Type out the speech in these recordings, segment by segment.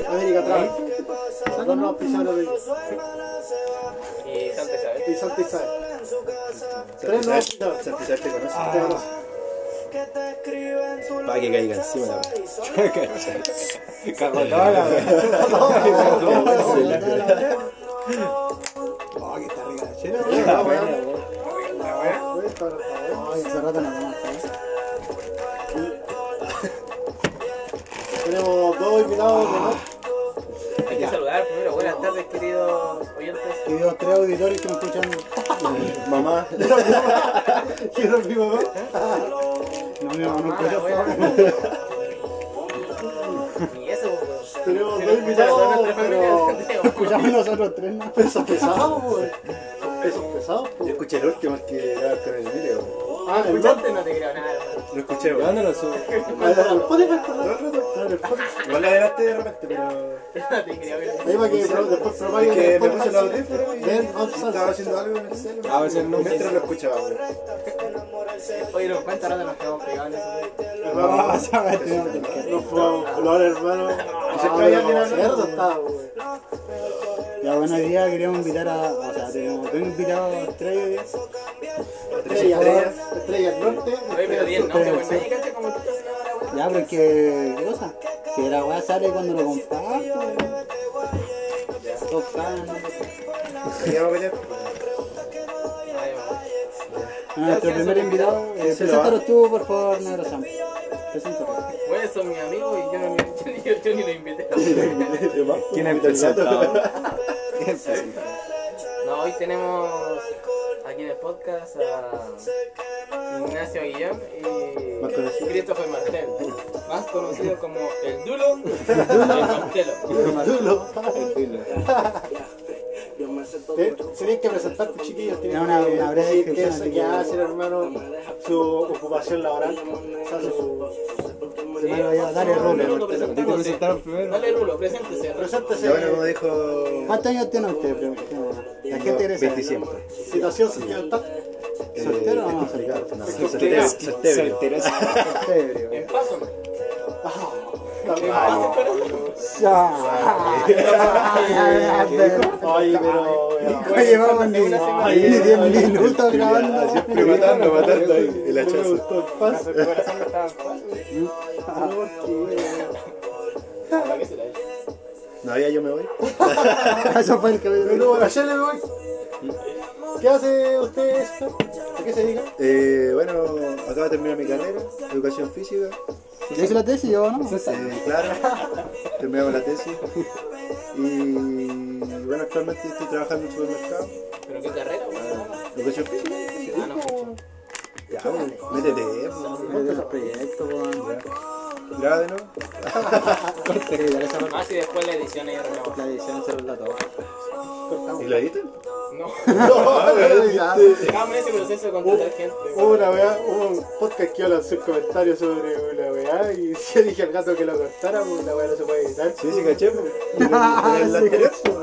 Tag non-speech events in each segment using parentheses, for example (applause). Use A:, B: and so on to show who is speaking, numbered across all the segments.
A: Isabel. Son dos nuevos prisioneros de ellos.
B: Y Santa Isabel.
A: Y Santa Isabel. Tres nuevos prisioneros.
C: Santa Isabel te conoce.
A: Te conoce.
C: Para que caiga encima la
A: (laughs)
D: Cago en
A: No, (laughs)
D: la-
A: Ah,
E: Oh, que está rica la chela, weón.
A: no, no, no.
B: Bueno,
E: Ay, hace rato no conozco, ¿eh?
A: Tenemos dos invitados de noche.
B: Hay que saludar primero. Buenas tardes, queridos oyentes.
E: Y los tres auditores que me escuchan.
C: Mamá.
A: Quiero mi mamá.
E: No, mi mamá no
B: Mamá,
E: escucha.
B: abuela. Ah, Y eso, pues.
A: Tenemos
B: Si
A: dos
B: nos escuchara toda
A: invitados,
B: nuestra familia,
E: Escuchamos nosotros tres, ¿no?
A: Pesos pesados, güey. Son pesos pesados,
C: Yo
A: güey.
C: escuché el último el que grababa con el video.
A: Ah, el
B: Escuchaste, no te creo nada. hermano.
C: Lo escuché,
D: ¿De
C: weón.
D: dónde lo subo?
C: Igual le adelante de repente, pero.
B: No te creo que
A: Ahí va que pero después
C: Es
A: propaguen
C: que me
A: después
C: puse el
A: salsa.
C: audífono y
A: Ven, vamos a
C: estaba
A: salsa.
C: haciendo algo en el celular.
D: A veces no.
C: Mientras lo escuchaba, weón.
B: Oye, los cuentos ahora nos quedamos pegados en eso.
E: No, esa weá tiene otro que-
A: Nos fumamos color, hermano.
C: se
A: Ah,
C: caía
A: pero
C: bien hablando.
A: cerdo estaba, güey.
E: Ya, buenos días, queríamos invitar a. O sea, tenemos dos invitados estrellas.
A: Estrellas,
C: estrellas.
A: ¿no? estrellas norte.
B: Oye, pero bien, no,
E: Pero
B: que bueno.
E: sí.
B: Ahí caché como tú estás haciendo ahora,
E: Ya, pero es que. ¿Qué cosa? Que la weá sale cuando lo comparto. weón. Dos caras, ¿no?
C: Queríamos pelear.
B: bueno. Ay, mamá.
E: A nuestro primer invitado. Eh,
C: Sí, se lo va.
E: preséntanos tú, por favor, Negro Sam. Preséntalo.
B: Bueno, son mis amigos y yo no ni- yo- yo ni los invité.
D: ¿Quién es el presentador? ¿Quién es el
B: No, hoy tenemos aquí en el podcast a Ignacio Guillón
C: Más
B: y
C: conocido.
B: Christopher Martel, más conocido como el Dulo y el Martelo.
D: presentador?
A: Te- Tenían que presentar tus chiquillos, tenían
E: Una-
A: que
E: una breve
A: decir qué
E: descripción
A: es
E: aquí.
A: que hacen, hermano, su ocupación laboral, o sea, su...
E: Primero ya, dale, Rulo.
B: Rulo,
D: ¿A ti te presentaron primero?
B: Dale Rulo, preséntese. Rulo.
C: Ya, bueno, como
A: Preséntese,
C: dijo.
E: ¿Cuántos años tiene usted? primero? La gente quiere saber.
C: 25.
A: situación sentimental,
C: Eh,
E: ¿Soltero o no?
C: complicado. No,
B: Soltero.
C: soltero. Soltero.
E: Serio.
B: En paso.
A: Ah,
B: En paso, pero.
E: (laughs)
A: Ay, pero...
E: Ya llevamos ni
B: Una semana.
E: ni 10 minutos grabando.
C: Siempre matando, matando ahí, el hachazo.
B: ¿Para qué se la he hecho?
C: No, ya yo me voy.
E: Eso fue el que
A: Pero bueno, ayer le voy. ¿Qué hace usted, señor? ¿A qué se dedica?
C: Eh, bueno, acabo de terminar mi carrera, educación física.
E: Yo hice la tesis, yo no.
C: Eh, claro, (laughs) terminamos la tesis. Y bueno, actualmente estoy trabajando en un supermercado.
B: ¿Pero qué carrera, güey?
C: Educación física.
B: Ah, no.
C: Ya, pues, métete, eh,
E: de los proyectos, weón.
C: pues. grave, ¿no?
E: Sí, dale esa parte.
B: Más y Ah, después la edición ahí arreglamos.
E: La edición se los la toma.
C: ¿Y lo editan?
B: No.
A: (laughs) Hubo
B: Estábamos en ese proceso de contratar gente. güey.
A: una weá, hubo un podcast que habla en sus comentarios sobre una weá y (laughs) yo dije al gato que lo cortara, pues la weá no se puede editar.
C: Sí, sí, caché.
D: (laughs)
C: pues. Pero en el anterior, pues.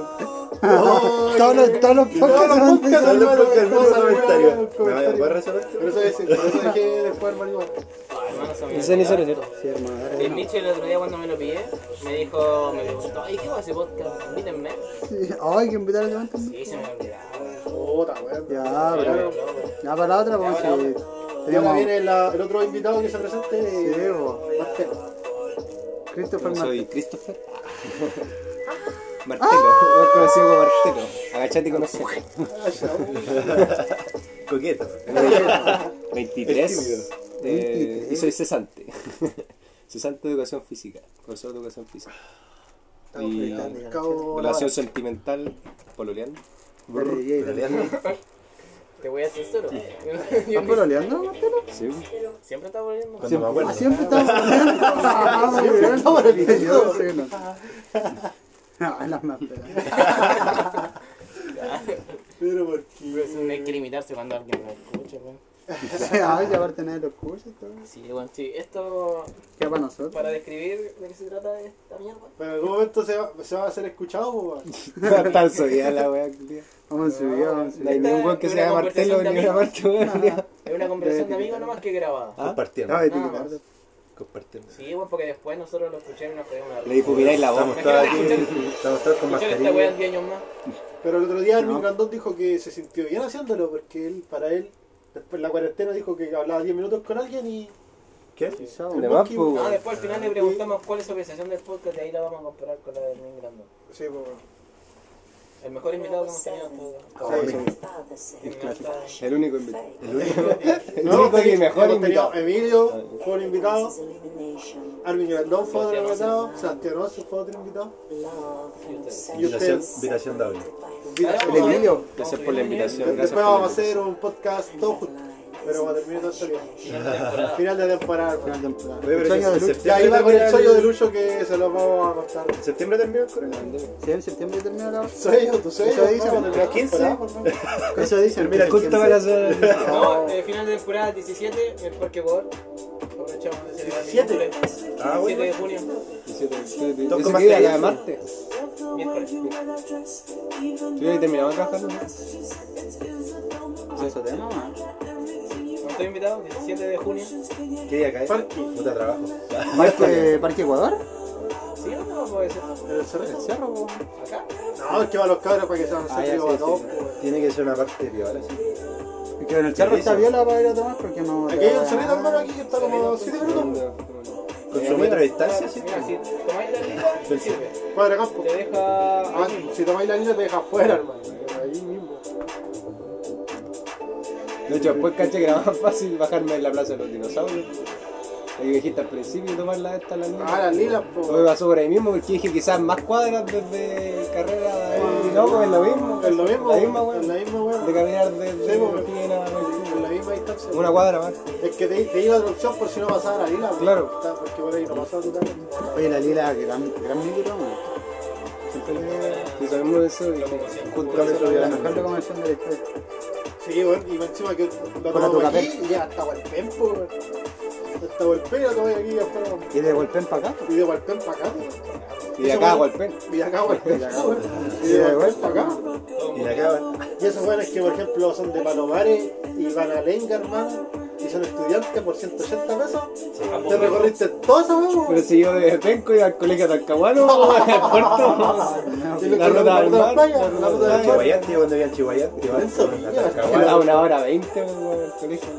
E: Todos los todos los
A: todos los
E: podcasts
A: podcasts.
C: Solo porque el mismo
A: Cosa,
C: comentario.
A: weón,
C: ¿Me voy a
A: comentario.
C: poder resolver?
A: Por eso, es- por eso dejé de jugar marihuana.
B: Ah, hermano, son
D: Ni sé ni
B: bien.
D: sé, ¿cierto?
E: Sí, hermano, dale,
B: El
E: no.
B: Micho el otro día cuando me lo pillé, me dijo, me preguntó, ay, ¿qué va a hacer podcast? Invítenme.
E: Sí. Ay, que invitar a la gente.
B: Sí, se me olvidaba.
A: Puta weá.
E: Ya,
B: Pero,
E: bro.
B: no, güey.
E: Ya para la otra, pues
B: Ya para la
E: sí.
A: Y ahora
E: Teníamos-
A: viene la- el otro invitado que se presente.
E: Sí, bo.
A: Marcelo.
E: Christopher
D: Yo
E: Martín.
D: soy Christopher. (laughs) Martelo, más conocido como Martelo. Agachate y conoce.
C: Coqueto.
D: 23. eh,
E: 23.
D: y soy cesante. (laughs) cesante de educación física. Profesor de educación física. Y
A: Cabo
D: relación sentimental, pololeando.
E: Dale, DJ, dale.
B: Te voy a hacer solo. (laughs) Yo
E: ¿Estás
B: ni-
E: pololeando, Marcelo?
D: Sí.
B: Siempre estaba volviendo.
C: Cuando me
D: ¿Ah?
C: acuerdo.
E: Siempre estamos pololeando. Ah, muy bien. Yo sé, no. Ah, las más pegadas.
A: Pero por qué.
B: No hay que limitarse cuando alguien lo escuche, güey.
E: Ay, ya aparte nadie lo escucha. y todo.
B: Sí, güey, sí. Esto,
E: ¿Qué para nosotros?
B: para describir de qué se trata esta mierda.
A: Pero en algún momento se va, se va a hacer escuchado, bo, weón.
D: (laughs) Tan subida la wea, culia.
E: Vamos a subir, vamos a
D: No hay
E: subir.
D: ningún weón que se llame Martelo ni una parte, weón. (laughs)
B: Es una conversación de amigos nomás que grabada.
D: Ah.
C: Compartiendo.
E: Ay,
B: Nada más.
E: tiquitando.
C: compartiendo.
B: Sí, bueno, porque después nosotros lo escuchamos y nos pegamos una
D: Le difumináis la voz.
C: Estamos todos aquí, estamos todos con
B: Escuchar esta weá en
C: mascarilla.
B: 10 años más.
A: Pero el otro día
E: No.
A: Armin Randón dijo que se sintió bien haciéndolo porque él, para él, después de la cuarentena dijo que hablaba 10 minutos con alguien y
C: ¿Qué?
A: el
D: De más,
A: Monkey-
D: po,
B: Ah,
D: weón.
B: después al final le preguntamos cuál es su apreciación del podcast y ahí la vamos a comparar con la de Hermín Grando.
A: Sí, po.
B: El mejor invitado que hemos tenido en este todo.
F: El
D: El único invitado. (laughs) El
A: No,
D: único y
A: teni-
D: mejor
A: hemos tenido
D: invitado.
A: Emilio fue un invitado, Armin Grandón fue otro
B: Sebastián
A: invitado,
F: Ocio.
A: Sebastián Ocio fue otro invitado.
F: Y
A: Invitación-
F: usted.
C: invitación doble.
A: Invita-
B: Ah,
D: El eh, Emilio.
B: Vamos
D: Gracias
B: a
D: por la
B: ir bien.
D: invitación.
A: Después
D: Gracias por la
A: vamos a
D: invitación.
A: hacer un podcast todo junto. Pero va a terminar todo salido.
B: temporada.
A: Final de temporada.
E: Final
A: hermano.
E: de temporada.
C: Oye, pero
E: El sueño
C: que
E: de
C: se-
E: Lucho.
A: Ya iba con el sueño de Lucho que se lo vamos a contar.
C: ¿En septiembre terminó el coronel?
E: Sí, en septiembre termina la
A: Sueño, tu sueño.
E: Eso dice,
A: vamos a terminar
C: 15.
A: temporada, por favor.
E: Eso dicen.
C: Mira,
E: que
C: justo
E: siempre-
C: para
D: (laughs)
B: No, eh, final de temporada 17 en el Parque Gol. Aprovechamos de celebrar mi
A: 17.
B: cumple. 17
C: Ah, bueno.
B: de junio.
D: 17 de octubre.
C: Toco
D: Ese
C: más
D: que iba
C: que
D: a
C: eso.
D: Marte.
B: Miércoles.
D: ¿Tú ya terminado de trabajar? no?
E: Eso tema, man.
B: No estoy invitado, 17 de junio.
C: ¿Qué día cae?
A: Parque.
C: Puta trabajo.
E: Parque, Parque Ecuador.
B: ¿Sí o no? Puede ser.
A: ¿En el cerro?
E: El cerro, po.
B: ¿Acá?
A: No, es que va a los cabros para que se
E: Ah,
A: hagan
E: ya,
A: frío
E: sí,
A: a todos.
E: sí.
C: Tiene que ser una parte piola. sí.
E: Es que en el cerro está viola para ir a tomar porque no.
A: Aquí hay un cerrito, hermano, aquí que está como a 7 minutos.
C: Con su metro de distancia, Ah, sí.
B: Mira, si tomáis la línea, te sirve.
A: Cuadra campo.
B: Te deja.
A: Ah,
B: ahí mismo.
A: si tomáis la línea te deja afuera, hermano. Ahí mismo.
D: De hecho, después caché que era más fácil bajarme en la plaza de los dinosaurios. Lo que dijiste al principio, tomar la esta la
A: Ah,
D: línea.
A: las lilas,
D: Todo me
A: po.
D: pasó por ahí mismo porque dije quizás más cuadras desde carrera. eh, no, pues es lo mismo.
A: Ah. Es lo mismo.
D: La misma, weón.
A: Es la misma,
D: De
A: weón.
D: caminar desde
A: Sí, pues.
D: Argentina,
A: Es la misma distancia.
D: Una cuadra más.
A: Es que te, te iba a otra opción por si no pasaba la lila, po.
D: Claro.
A: Está, Porque por ahí no pasaba tu cara.
E: Oye, la lila, gran, gran micro, man. Siempre le.
D: Y sabemos de eso y junto a eso
E: La
D: ya
E: mejor recomendación de la historia.
A: Sí, weón. Y más encima que la
E: Con la
A: tomamos aquí
E: Tucapel.
A: y llega hasta Hualpén, po, weón. Hasta Hualpén la tomáis aquí afuera. weón.
E: Y de golpe en pa' acá.
A: Y de Hualpén para acá, weón.
D: Y de acá golpe.
A: Y de acá, Hualpén, weón. Y
E: Y
A: de
E: de
A: Hualpén para
E: vuelta.
A: acá.
C: Y la acaban.
A: Y esos jóvenes que, por ejemplo, son de Palomares y van a Lenga, hermano, y son estudiantes por 180 pesos, te recorriste todo eso,
D: Pero
A: weón.
D: si yo de Penco iba al colegio de Talcahuano,
A: (laughs)
D: al puerto.
A: Y lo
D: la
A: que
D: ruta
A: nos
D: del
A: guardó
D: mar,
A: la playa,
D: la
A: la ruta
D: ruta del
A: del mar.
C: Chihuayán, tío, cuando iba en Chihuayán. Tío,
A: Eso,
C: hasta
A: mira,
C: Talcahuano.
D: Era una hora veinte al colegio.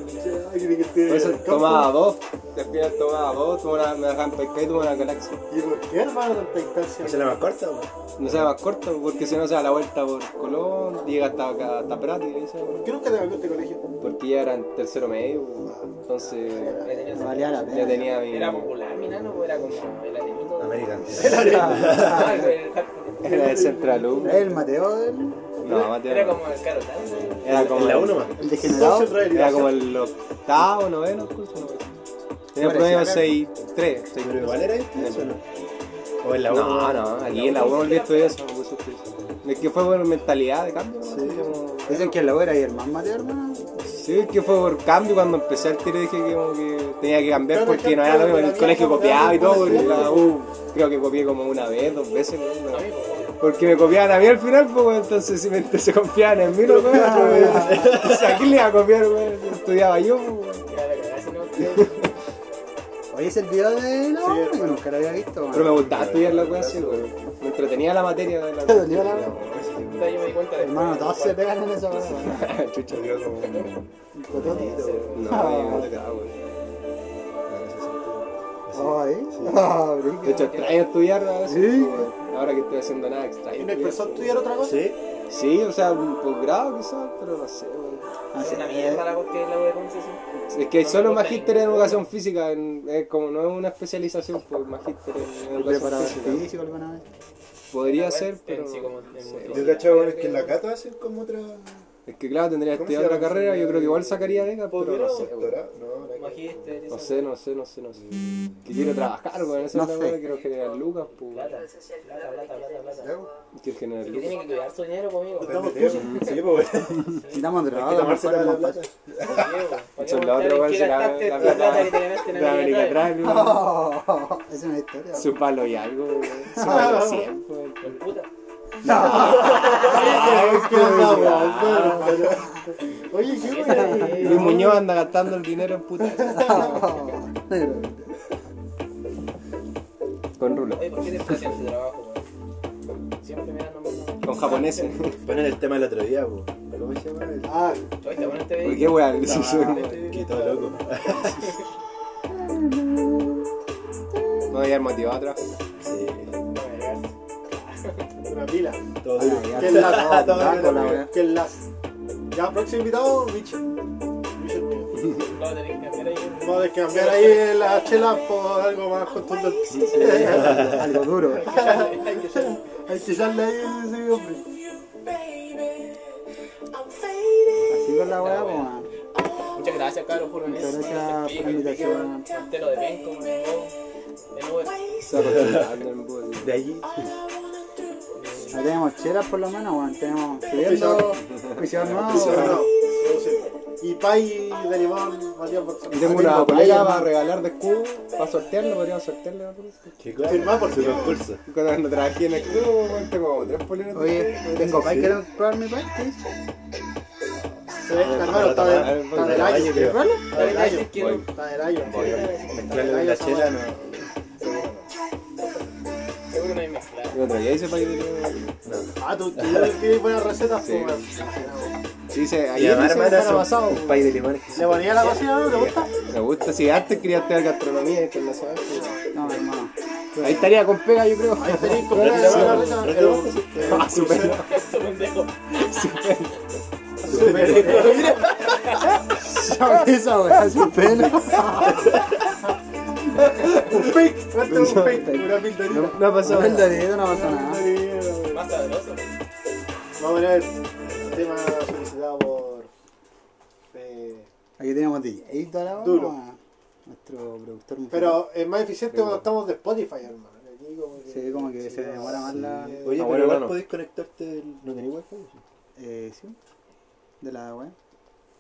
A: Ay, que te-
D: Por eso
A: el campo.
D: tomaba dos, al final tomaba dos, tomaba una, me dejaban pescar y tomaba una galaxia.
A: ¿Y por qué, hermano, tanta
C: ¿No
A: distancia?
C: será más corta? güey?
D: No sea más corto, porque si no se da la vuelta por Colón, llega hasta acá, hasta Prat y ahí se va.
A: ¿Por qué nunca te cambió este colegio?
D: Porque ya eran tercero medio, entonces
B: Ahí tenía
E: No
B: esa-
E: valía la
D: ya
E: pena.
D: tenía mi. (laughs)
B: Era popular, mi nano, era como el animito.
C: América.
B: (laughs) Ah, el-
D: Era el Central U.
C: Eh,
E: El Mateo del.
D: No,
B: Era
D: Mateo.
B: como el Carol Dance.
D: Era
C: En
D: como
C: la
D: el,
C: 1 más.
E: El
A: Socio
E: degenerado.
A: en realidad.
D: era como el octavo, noveno curso, no Tenía
E: Parecía
D: promedio
E: raro.
D: 6, 3, 6.
C: ¿Pero igual era este eso o no? ¿O en la 1?
D: No, no, aquí en la 1 volví a estudiar eso, volví a estudiar eso. Es que fue por mentalidad de cambio, ¿no? Así como-
E: Dicen que la era y el más Mateo, hermano.
D: Sí, es que fue por cambio cuando empecé el tiro dije que, como que tenía que cambiar
A: Claro,
D: porque
A: ya,
D: no era lo
A: claro,
D: mismo. En el
A: la
D: colegio
A: vida
D: copiaba y
A: cambiaba,
D: todo, porque
A: claro.
D: la U creo que copié como una vez, dos veces. ¿no? Porque me copiaban a mí al final, pues, weón, entonces si me (laughs) se confiaban
A: (laughs)
D: en mí, no, weón, pues, ¿A quién le iba a copiar, weón? Estudiaba yo, pues, weón.
B: Ya, la cagá, si no,
E: Oye, es el video de la
A: Sí,
E: obra que
A: hermano.
E: nunca lo había visto.
D: Pero me
E: man.
D: gustaba estudiar la weón así, weón. Me entretenía la materia de la
E: Te dolió la
B: puta, yo me di cuenta de-
E: Hermano, todos se pegan en esa obra. man.
A: (laughs)
D: (laughs) Chucha, Ah.
C: Yo como un
E: Cototo.
D: No, yo no le cagaba, weón.
E: Ay, (laughs) ah,
D: De hecho,
E: brillo.
D: extraño estudiar a veces,
E: Sí.
D: weón. Ahora que estoy haciendo nada extraño.
A: ¿Y no
D: estudiar. pues,
A: empezó a estudiar otra cosa?
C: Sí,
D: Sí, o sea, un posgrado quizás, pero no sé. weón.
E: Ah,
B: Es
E: sí,
B: una mierda la cuestión de la U de Conce, sí.
D: Es que hay
B: No,
D: solo
B: no,
D: magíster en
B: no.
D: educación física, en- es como no es una especialización, pues magíster en educación
E: Preparador
D: física.
E: físico alguna vez.
D: Podría
B: En
D: ser, pero.
B: psicomo- en
D: no sé.
B: motivo.
C: yo cachaba bueno, es que en la Cato hacen como otra
D: Es que claro, tendría que
C: ¿Cómo
D: estudiar
C: se
D: otra
C: llama?
D: carrera, yo creo que igual sacaría beca, pero no
B: Posgrado,
D: sé. weón.
C: doctorado, no, la que-
B: Magíster,
D: No
B: esa-
D: sé, no sé, no sé, no sé. Que quiero trabajar, weón, esa
E: No
D: es la
E: sé.
D: weá, quiero generar lucas, pues.
B: Plata, plata, plata, plata, plata.
C: ¿Ya, güey?
D: Quiero generar
B: Y que
D: lucas.
B: tienen que cuidar su dinero conmigo.
A: Pues estamos
C: Sí, pues, güey.
E: Necesitamos
C: Hay que
E: trabajo,
C: tomarse
E: mejor es
C: la
E: más
C: plata.
E: fácil.
D: (laughs) Eso es la otra weá, será la plata
B: que te ganaste en
D: de América
B: atrás.
D: atrás,
E: (laughs)
D: weón.
E: Oh, es una historia.
D: Su palo y algo, weón. Su palo
B: (laughs)
D: siempre, weón.
B: Con puta.
D: Ah,
A: Ay, qué onda, weón, pero- Oye, ¿qué
B: Esa
A: weón?
B: es- (laughs)
D: Luis Muñoz anda gastando el dinero en puta.
E: Oh.
D: con rulo,
B: Oye, ¿por qué te estás haciendo trabajo, weón? Siempre me dan lo mismo.
D: con japoneses.
C: Ponen el tema del otro día, po. ¿Cómo se llama? El-
A: Ah,
B: Oye, te pones TV.
D: ¿Por qué, weón?
C: Ah,
D: Sí, sí.
C: que todo loco.
D: Me voy a ir motivado a trabajar.
C: Sí,
B: No, me llegaste.
A: una pila.
C: todo duro.
A: Que el las.
C: Todo
E: Ah, con
C: duro,
E: la
C: loco.
E: weá.
A: Que el las. Ya, próximo invitado, Richard. Richard mío.
B: No, tenés que cambiar ahí.
A: Vamos a
D: (laughs)
A: tener que cambiar ahí la chela por algo más contundente.
E: Algo duro.
A: Hay que echarle- hay que echarle ahí ese hombre.
E: Así con la pues, weá, po, man.
B: Muchas gracias, Carlos, por venir.
E: Muchas gracias por la invitación.
B: Portero de Penco, weón. De nuevo.
D: Se va cocinando el búho, sí.
C: (laughs) De allí.
E: No tenemos chelas por lo menos, weón. Tenemos subiendo, juicio
A: Sí, no,
E: nuevo.
A: sí. Y pay de limón, Matías
D: Y
A: Bolsonaro.
D: tengo
E: Ah,
D: una
E: tengo
D: polera
E: polera,
D: para
E: man.
D: regalar de escudo, para sortearlo, podríamos sortearlo. ¿no?
C: Qué cosa.
A: Firmá por
C: su
A: Dios.
C: concurso.
D: Cuando trabajé en el club, weón, tengo como tres poleras. de
E: Oye,
D: escudo, weón.
E: tengo pay, ¿quieren probar mi pay? ¿Qué dice?
A: Se ve,
D: ah,
A: hermano, está de-
C: Está
A: está
C: del
A: del año,
C: año, creo.
A: ¿verdad? Está del
B: Dale,
A: año.
B: dale, quiero-
A: Está del año.
C: Mezclarlo en la chela, no. Ah,
B: Seguro no hay mezcla.
D: Y otro día hice pay de
A: Ah, tú tú tienes buenas recetas,
D: Sí.
A: pues, weón.
D: Sí, hice
C: Y
D: ayer,
C: además,
D: hice
C: hermana,
D: el
C: son
D: pasado.
C: un pay de limón.
A: ¿Le ponía la cocina, no? ¿Te gusta?
D: Me gusta, si antes quería estudiar gastronomía internacional.
E: No, hermano.
D: Ahí estaría con pega, yo creo.
A: Ahí tenéis como
C: Pero
A: una
C: te
A: buena
C: gusta,
A: receta.
C: pero te
A: El-
C: gusta,
A: el-
D: Ah, super.
B: Eso, pendejo.
A: super-
E: Esa
D: (laughs)
E: weá es un pelo.
A: Un fake. Este es un fake. Una pildorita.
D: No, no ha pasado
E: Sobre el
D: nada.
E: dedito no pasa nada.
B: Más sabroso.
A: Vamos a poner el tema solicitado por. eh,
E: Aquí tenemos DJ y toda la weá,
A: Duro.
E: man. Nuestro productor musical.
A: Pero es más eficiente cuando estamos de Spotify, hermano. Aquí como que-
E: Sí, como que se demora más la-
A: Sí.
C: Oye,
D: Ah,
C: pero
D: bueno,
C: igual
D: bueno.
C: podéis conectarte. el- ¿No tenéis wifi?
E: Eh, sí. De la weá.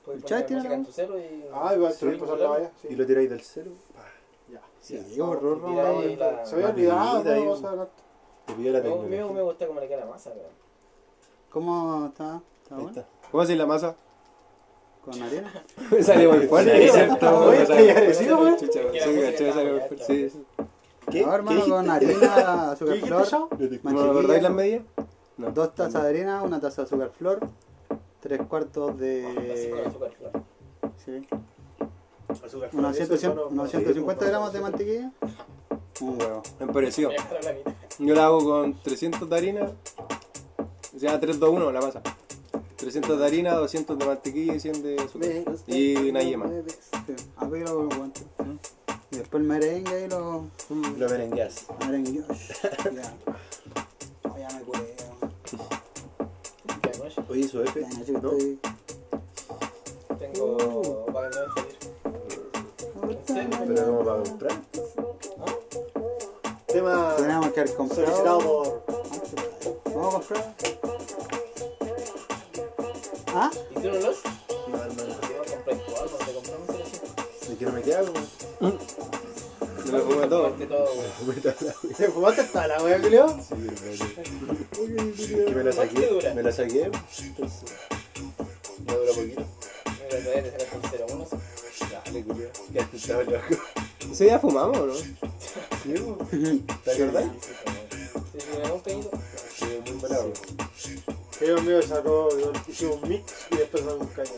B: Puedes
E: Chai, tiene
B: poner música en
E: la-
B: tu celo y-
A: Ah, igual
B: Sí,
A: tuvimos pasar la
B: claro.
A: valla.
C: Y
A: Sí.
C: lo tiráis del celu. pa,
A: Ya.
E: Sí,
A: Ya.
E: yo, Rorro,
B: Tira ahí
E: weón.
B: la-
A: Se había
C: La
A: olvidado,
C: bebida
A: pero
C: ahí.
A: vamos adelante.
C: Te pidió la
B: Me- me- me
C: tecnología.
B: gusta cómo le queda la masa, weón.
E: ¿Cómo está? ¿Está
C: Ahí
E: bueno?
C: está.
D: ¿Cómo haces
C: (laughs)
D: la masa?
E: ¿Con arena?
D: Me salió muy fuerte.
C: Sí,
D: ¿cierto?
A: oye,
D: Me
A: estoy
D: salió-
A: agradecido, güey.
D: Chucha, güey,
B: Quiero
D: sí,
B: música
D: caché, me salió muy
B: baja,
D: fuerte.
B: ya.
D: Sí, sí.
E: No, hermano, con
C: dijiste?
E: harina,
A: ¿Qué
E: azúcar
A: dijiste
E: flor,
A: yo?
C: No te-
D: ¿No recordáis las medidas? No.
E: dos tazas de harina, una taza de azúcar flor, tres cuartos
B: Así con
E: de...
B: azúcar, claro.
E: sí,
A: Azúcar,
E: unos,
A: eso,
E: 150
A: hermano,
E: unos
A: sí,
E: 150
A: sí,
E: gramos
A: sí.
E: de mantequilla, un huevo.
D: Empereció.
B: Extra la mitad.
D: Yo la hago con 300 de harina. O sea, 321 la masa. 300 de harina, 200 de mantequilla y 100 de azúcar.
A: Me gusta
D: Y una
A: cómo
D: yema.
A: me ves.
E: Sí, a ver lo aguanto. Y después el merengue y lo...
C: Lo merengueas.
E: merengue. Ya. Oh, ya me curé. ya.
B: Ya, noche.
C: Oye, su F.
E: Ya, no, chico,
C: ¿no?
E: estoy-
B: Tengo. para que no me salir.
C: Pero como para comprar.
A: Tema
E: Tenemos que haber
A: solicitado
E: comprado.
A: por.
E: ¿Vamos a comprar? ¿Ah?
B: ¿Y tú no los?
C: No, hermano.
B: Yo compré cuatro, te compré un celo, sí.
C: ¿De qué no me queda, weón?
D: Me lo como todo.
B: Comparte todo, weón.
A: ¿Te fumaste hasta la wea, Julio?
C: Sí, hermano. Que me
B: ¿Cuánto
C: la
B: dura?
C: saqué. Me la saqué. Entonces. Me dura poquito.
B: Mira, todavía te sacaste un cero uno, sí.
C: Dale, culiao. Ah, Ya estaba loco.
D: Ese día fumamos, ¿no?
C: Sí, weón. ¿Te acordás?
B: Sí, sí, me da un caído.
C: Sí, muy parado.
A: Que yo mío sacó, hicimos un mix y después sacó un cañón.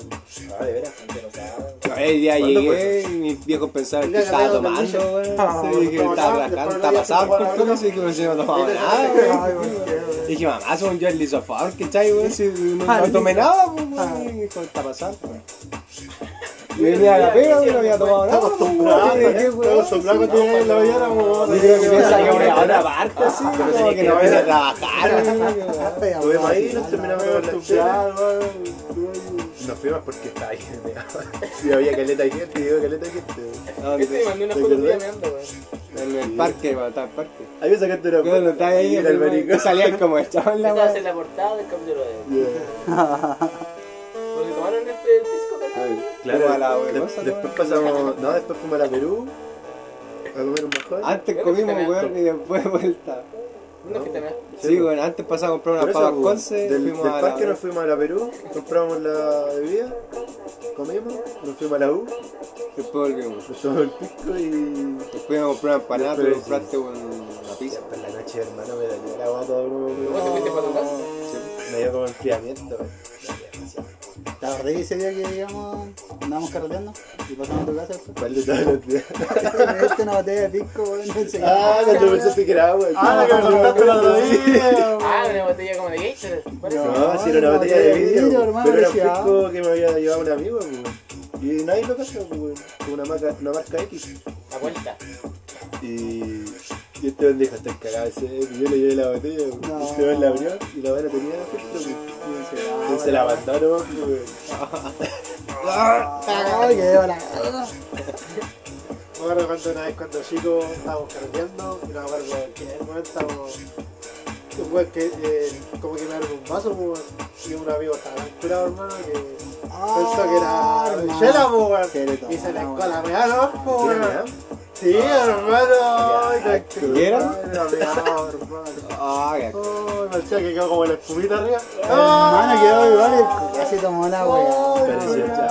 C: Ah, de veras.
B: Pero, o sea,
D: El día
C: ¿Cuándo
D: llegué y mis viejos pensaban
A: El
D: que
A: día que
D: estaba
A: te dieron
D: tomando, güey.
E: Ah,
D: Sí, dije,
A: bueno,
D: estaba
A: tomando,
D: trabajando,
A: después
D: estaba
A: no
D: pasado
A: había
D: por
A: sido
D: todo, así que pues, yo no tomaba
A: Entonces, ¿qué?
D: nada, güey.
E: Ay, ¿por qué, güey?
D: Dije, mamá, soy yo el lisofador, ¿cachai, güey? Si no,
E: Ah,
D: no tomé
E: liso.
D: nada, pues,
E: Ah.
D: güey. Dijo, está pasando, güey. Y venía a la pega, güey, no había tomado nada, pues, güey. Dije, güey,
A: Todos los blancos tienen en la mañana, weón.
D: Yo creo que piensa que voy a otra parte, así, como que no voy a trabajar, güey.
E: (laughs) Ah, ya,
C: Estuvimos
E: bueno,
C: ahí,
E: ya,
C: nos
E: ya.
C: terminamos con la chela. Nos fuimos porque estaba (laughs) lleno. Sí, había caleta de gente, digo caleta de gente.
D: ¿Dónde?
B: Este me mandó una
C: ¿Te
B: foto tuya
C: acordás?
B: meando, weón.
D: En el parque, güey, estaba en el parque.
C: Ahí me sacaste una
D: Cuando estaba ahí,
C: en el barricón.
D: güey, salían como echaban la
B: Esta va a
D: güey.
B: ser la portada del capítulo de hoy.
C: Yeah.
B: Porque tomaron el, el pisco, ¿verdad?
C: Claro,
D: Como a la
C: de-
D: vergüenza,
C: después
D: ¿no?
C: pasamos, no, después fuimos a la Perú a comer un bajón.
D: Antes comimos, güey, y después vuelta.
B: Una fiesta más.
D: Sí, bueno, antes pasamos a comprar
C: Por
D: unas
C: eso,
D: papas
C: pues,
D: conce,
C: del,
D: fuimos
C: del
D: a la-
C: parque nos fuimos a la Perú, compramos la bebida, comimos, nos fuimos a la U,
D: después volvimos.
C: nos tomamos el pisco y
D: Después fuimos a comprar empanadas, pero
C: Después,
D: compraste un- una
C: noche, hermano, me dolió la guata, bro.
B: ¿Vos te fuiste para tu casa?
C: Me dio como enfriamiento, bro.
E: ¿Te acordás ese día que digamos, andábamos carreteando y pasamos tu casa? Este
C: ¿Cuál de todos los días?
E: Te metiste una botella de pisco, weón, no sé qué.
C: Ah, cuando pensaste que era agua.
A: Ah, la que me contaste el otro día.
B: Ah, una botella como de Gatorade. ¿Cuál es?
C: No, si era una botella de vidrio,
E: hermano,
C: pero era un
E: decía.
C: pisco que me había llevado un amigo, bro. Y nadie lo cachó, bro. Con una marca, una marca X.
B: La vuelta.
C: Y, y este hombre dijo, estoy cagado ese, y yo le llevé la botella,
E: No.
C: este hombre la abrió y la buena tenía efecto, entonces se la pues, abandono,
E: Ay, que lleva la.
A: Me acuerdo cuando una vez cuando chico estábamos carreteando y no me acuerdo que en un momento estábamos. Un weón que eh, como que me dieron un vaso, pues, weón. Y un amigo estaba tan curado, hermano, que pensó que
E: Ah,
A: era
E: hermano.
A: chela, po, weón.
E: Que le tomó,
A: Y se le
E: weón. Ah,
A: escó la weá, no, po, weón. Sí, hermano. Ay, la chucha,
D: ¿Qué era?
A: La weá, hermano.
D: Ah, ya.
A: Ay, Oh, me decía que quedó como la espumita arriba.
E: Hermano, Ah, quedó igual, el- casi tomó la
A: Ay,
E: weá.
C: Pareció
A: weón.
C: ya, qué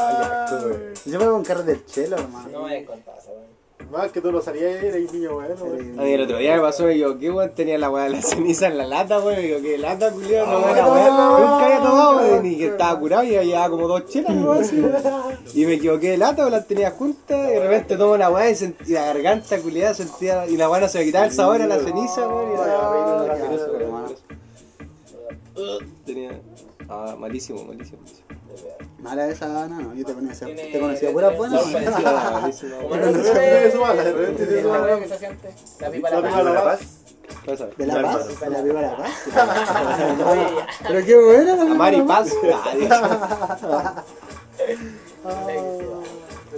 C: asco, weón.
E: Yo me voy con carro del chelo,
B: No
E: hermano.
B: me habían contado esa weón.
A: Más que tú no salías, eres niño, weón. weón.
D: A mí el otro día me pasó, y yo, ¿qué weón? Tenía la weá de la (laughs) ceniza en la lata, weón. Y yo, ¿qué lata, culiado? No,
A: no,
D: la weá.
A: no,
D: Nunca había tomado, weón. Ni que
A: no.
D: estaba curado y había como dos chelas, weón. así, weón. Y me equivoqué de lata, weón. Las tenía juntas. Y de repente tomo la weá y, sentí la garganta, culiada, sentía. Y la weá no se me quitaba el sabor a la ceniza, weón. Y
E: Ay,
D: era
E: qué
D: asqueroso,
E: asco,
D: weón,
E: hermano.
D: asqueroso. Tenía. Ah, malísimo, malísimo.
E: (laughs)
D: malísimo.
E: Mala esa, no, no, yo te conocía,
B: Tiene-
E: te conocía pura buena.
B: Son parecidos,
D: malísimo.
B: Como
E: Pero
B: el
E: no
B: otro
E: se
B: de-
A: puede sumar, de repente
B: el
A: se suma.
B: otro que se siente. La pipa la
A: La pipa
B: paz.
A: la-
C: ¿La paz?
D: Vas a ver.
E: (laughs) De la
C: Claro,
E: paz, de
B: hermano.
E: la viva la
B: (laughs)
E: paz. Pero qué buena la Viva la (laughs)
D: Amar y paz. Ah, Dios.
A: Ah,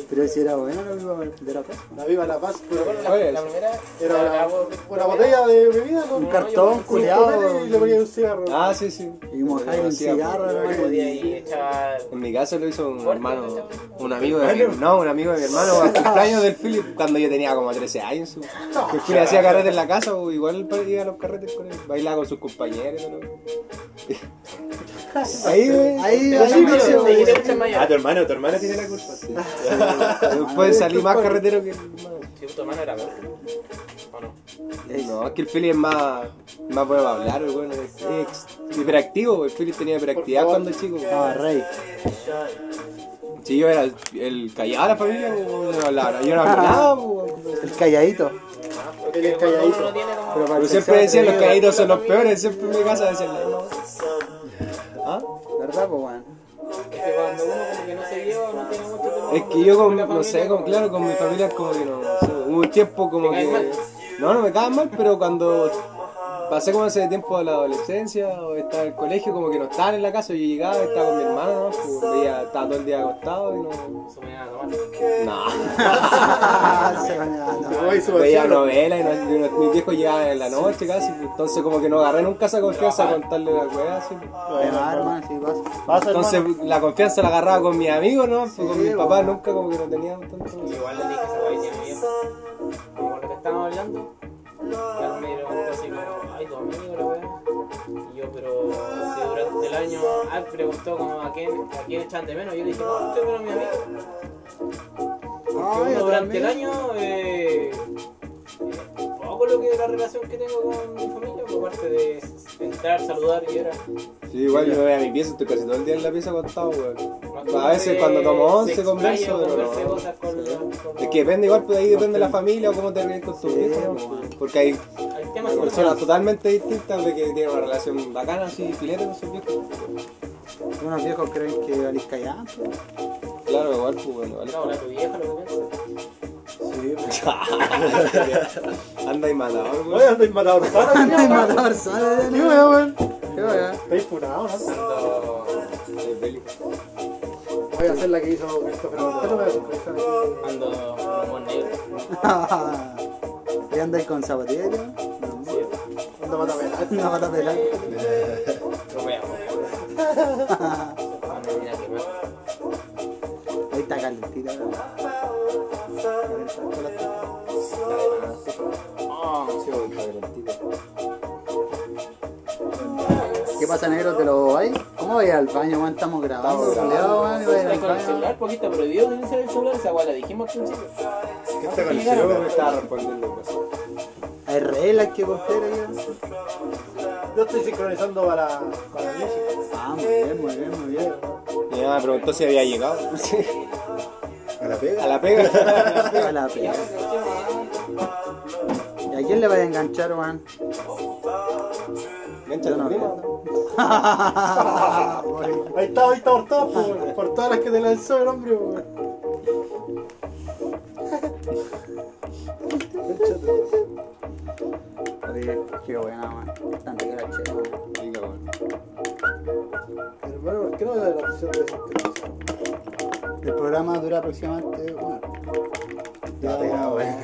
E: Pero si era buena la viva de la paz.
A: La viva la paz,
B: ¿Te
A: pero
B: acuerdas
D: ¿Cuál
B: la-
D: es?
B: La primera
A: Era
B: La- la-
A: una, una botella de bebida con
E: Un
A: un
E: cartón culeado.
A: y le ponía un cigarro.
D: Ah, sí, sí.
E: Y mojar
D: Lo
E: un
D: hacía,
E: cigarro,
D: weón.
E: hermano.
B: Podía ir echar.
D: En mi caso lo hizo un
B: Fuerte,
D: hermano,
B: ¿no, chaval?
D: un amigo de mi, no, un amigo de mi hermano al cumpleaños del Philip cuando yo tenía como 13 años. su- Que el Philip hacía carrete en la casa, o igual pa- iba a los carretes con él, bailaba con sus compañeros. ¿no? Ahí, güey.
E: Ahí,
A: Pero
E: ahí,
A: sí, pero-
E: vicio,
B: Te
E: güey.
B: iré a echar mayor.
C: Ah, tu hermano, tu hermano tiene la culpa.
D: Después salí más carretero que el hermano.
B: Si tu hermano era gordo. ¿O no?
D: No, es que el Philip es más, más bueno para hablar, pues, bueno, es, es hiperactivo, pues, el Philip tenía hiperactividad
A: Por favor.
D: cuando chico.
E: Ah, rey.
D: Si yo era el, el callado de la familia, pues, no hablaba, yo no hablaba
E: Ah.
D: nada, pues.
E: El calladito.
A: Él es
B: Uno
A: calladito.
B: no tiene como.
E: Pero para
D: Pero
E: el
D: siempre decían los
E: calladito,
D: caídos son los peores, siempre en mi casa decían la misma cosa. ¿Ah?
E: ¿Verdad, pues, (laughs) weón?
B: que cuando uno como que no se lleva, no tiene mucho tiempo.
D: Es que yo, con, no sé, con, claro, con mi familia es como que no, no sé, hubo un tiempo como
B: ¿Te caes
D: que...
B: mal?
D: No, no me caen mal, pero cuando pasé como ese tiempo a la adolescencia o estaba en el colegio, como que no estaban en la casa, yo llegaba, estaba con mi hermano, ¿no? Pues, veía, estaba todo el día acostado y no...
B: Eso me da nomás. Yo
E: Ah, se bañaba.
A: (laughs) Como ahí su
D: No, veía
A: vecino.
D: novelas y, no- y no- mis viejos llegaban en la noche casi, pues, entonces como que no agarré nunca esa confianza a contarle la weá, así. pues.
E: Te va, hermano, sí, vas.
A: Pasa,
D: Entonces
A: hermano.
D: la confianza la agarraba con mis amigos, ¿no? Pues, con
E: Sí,
D: mi papá
E: bueno.
D: nunca como que no teníamos tanto.
B: Igual le dije que se va a ir bien. Como lo que estábamos hablando. Ya me levantó así como, ay, tu amigo, la weá. Y yo, pero si durante el año, ah, preguntó como a quién, a quién echan de menos. Yo le dije, no, estoy con mi amigo.
E: Ay,
B: Que
D: Ah,
B: uno durante el
E: amigo.
B: año, eh, eh, poco lo que la relación que tengo con mi familia, por parte de entrar, saludar y era.
D: Sí, igual yo me voy a mi pieza, estoy casi todo el día en la pieza acostado, weón.
B: Más
D: A veces
B: que
D: cuando tomo
B: se
D: once converso,
B: explaya o
D: pero
B: converse
D: no.
B: cosas con la- con
D: Es que depende igual, pues ahí depende de la familia o cómo te ríes con tus
E: Sí,
D: viejos, ¿no?
E: bueno.
D: Porque hay
B: hay temas que-
D: personas totalmente distintas de que tienen una relación bacana, así, filete con sus viejos.
E: Unos viejos creen que valís callante.
D: Claro, igual, pues bueno, vale.
B: No, la tu vieja, lo que piensa.
D: Anda y mata,
A: Oye,
D: weón.
A: ando en
E: (laughs)
A: matador sano,
E: Antes
A: tío, weón.
E: matador solo.
A: Sí, weón.
E: Qué (laughs) weón.
A: Estáis funados, ¿no?
B: Cuando,
D: Es bélico.
A: Voy a hacer la que hizo Christopher. Esto me hace pensar.
B: cuando un humor negro.
E: ¿Y andáis con zapatillas? (laughs) No,
A: Ando mata penal.
E: no, pata pelada.
B: Lo
D: (laughs)
B: voy a poner. Cuando mira que más.
E: Ahí está calentita. weón.
B: Oh,
D: Sí, weón, está calentito.
E: ¿Qué pasa, negro? ¿Te lo vais? ¿Cómo vais al baño, weón? Estamos grabando,
D: Estamos grabando.
E: culiao, weón, y vais
B: está
E: al
B: Pues, con el
E: baño.
B: celular, porque está prohibido utilizar el celular, esa weá la dijimos al principio.
C: ¿Qué está con el pues.
D: Yo
C: cerebro?
D: me estaba respondiendo cosas.
E: Ahí
C: Hay reglas que cumplir, amigo.
A: Yo estoy sincronizando para, para la música.
C: Ah, muy bien, muy bien, muy bien.
D: Mi mamá me preguntó si había llegado. (laughs)
C: A la pega.
D: A la pega. (laughs)
C: A la pega. ¿Y a quién le vaya a enganchar, Juan?
D: Engancha tu prima.
A: Ahí está, ahí está por todas, po, weón. por todas las que te lanzó el hombre. po, weón.
E: Oye, qué buena, man. Tan rica, che.
D: (laughs) Rica, weón.
A: Hermano, ¿por qué no me da la opción de sincronizar?
E: El programa dura aproximadamente una hora. Ah,
C: Ya pegado, weón.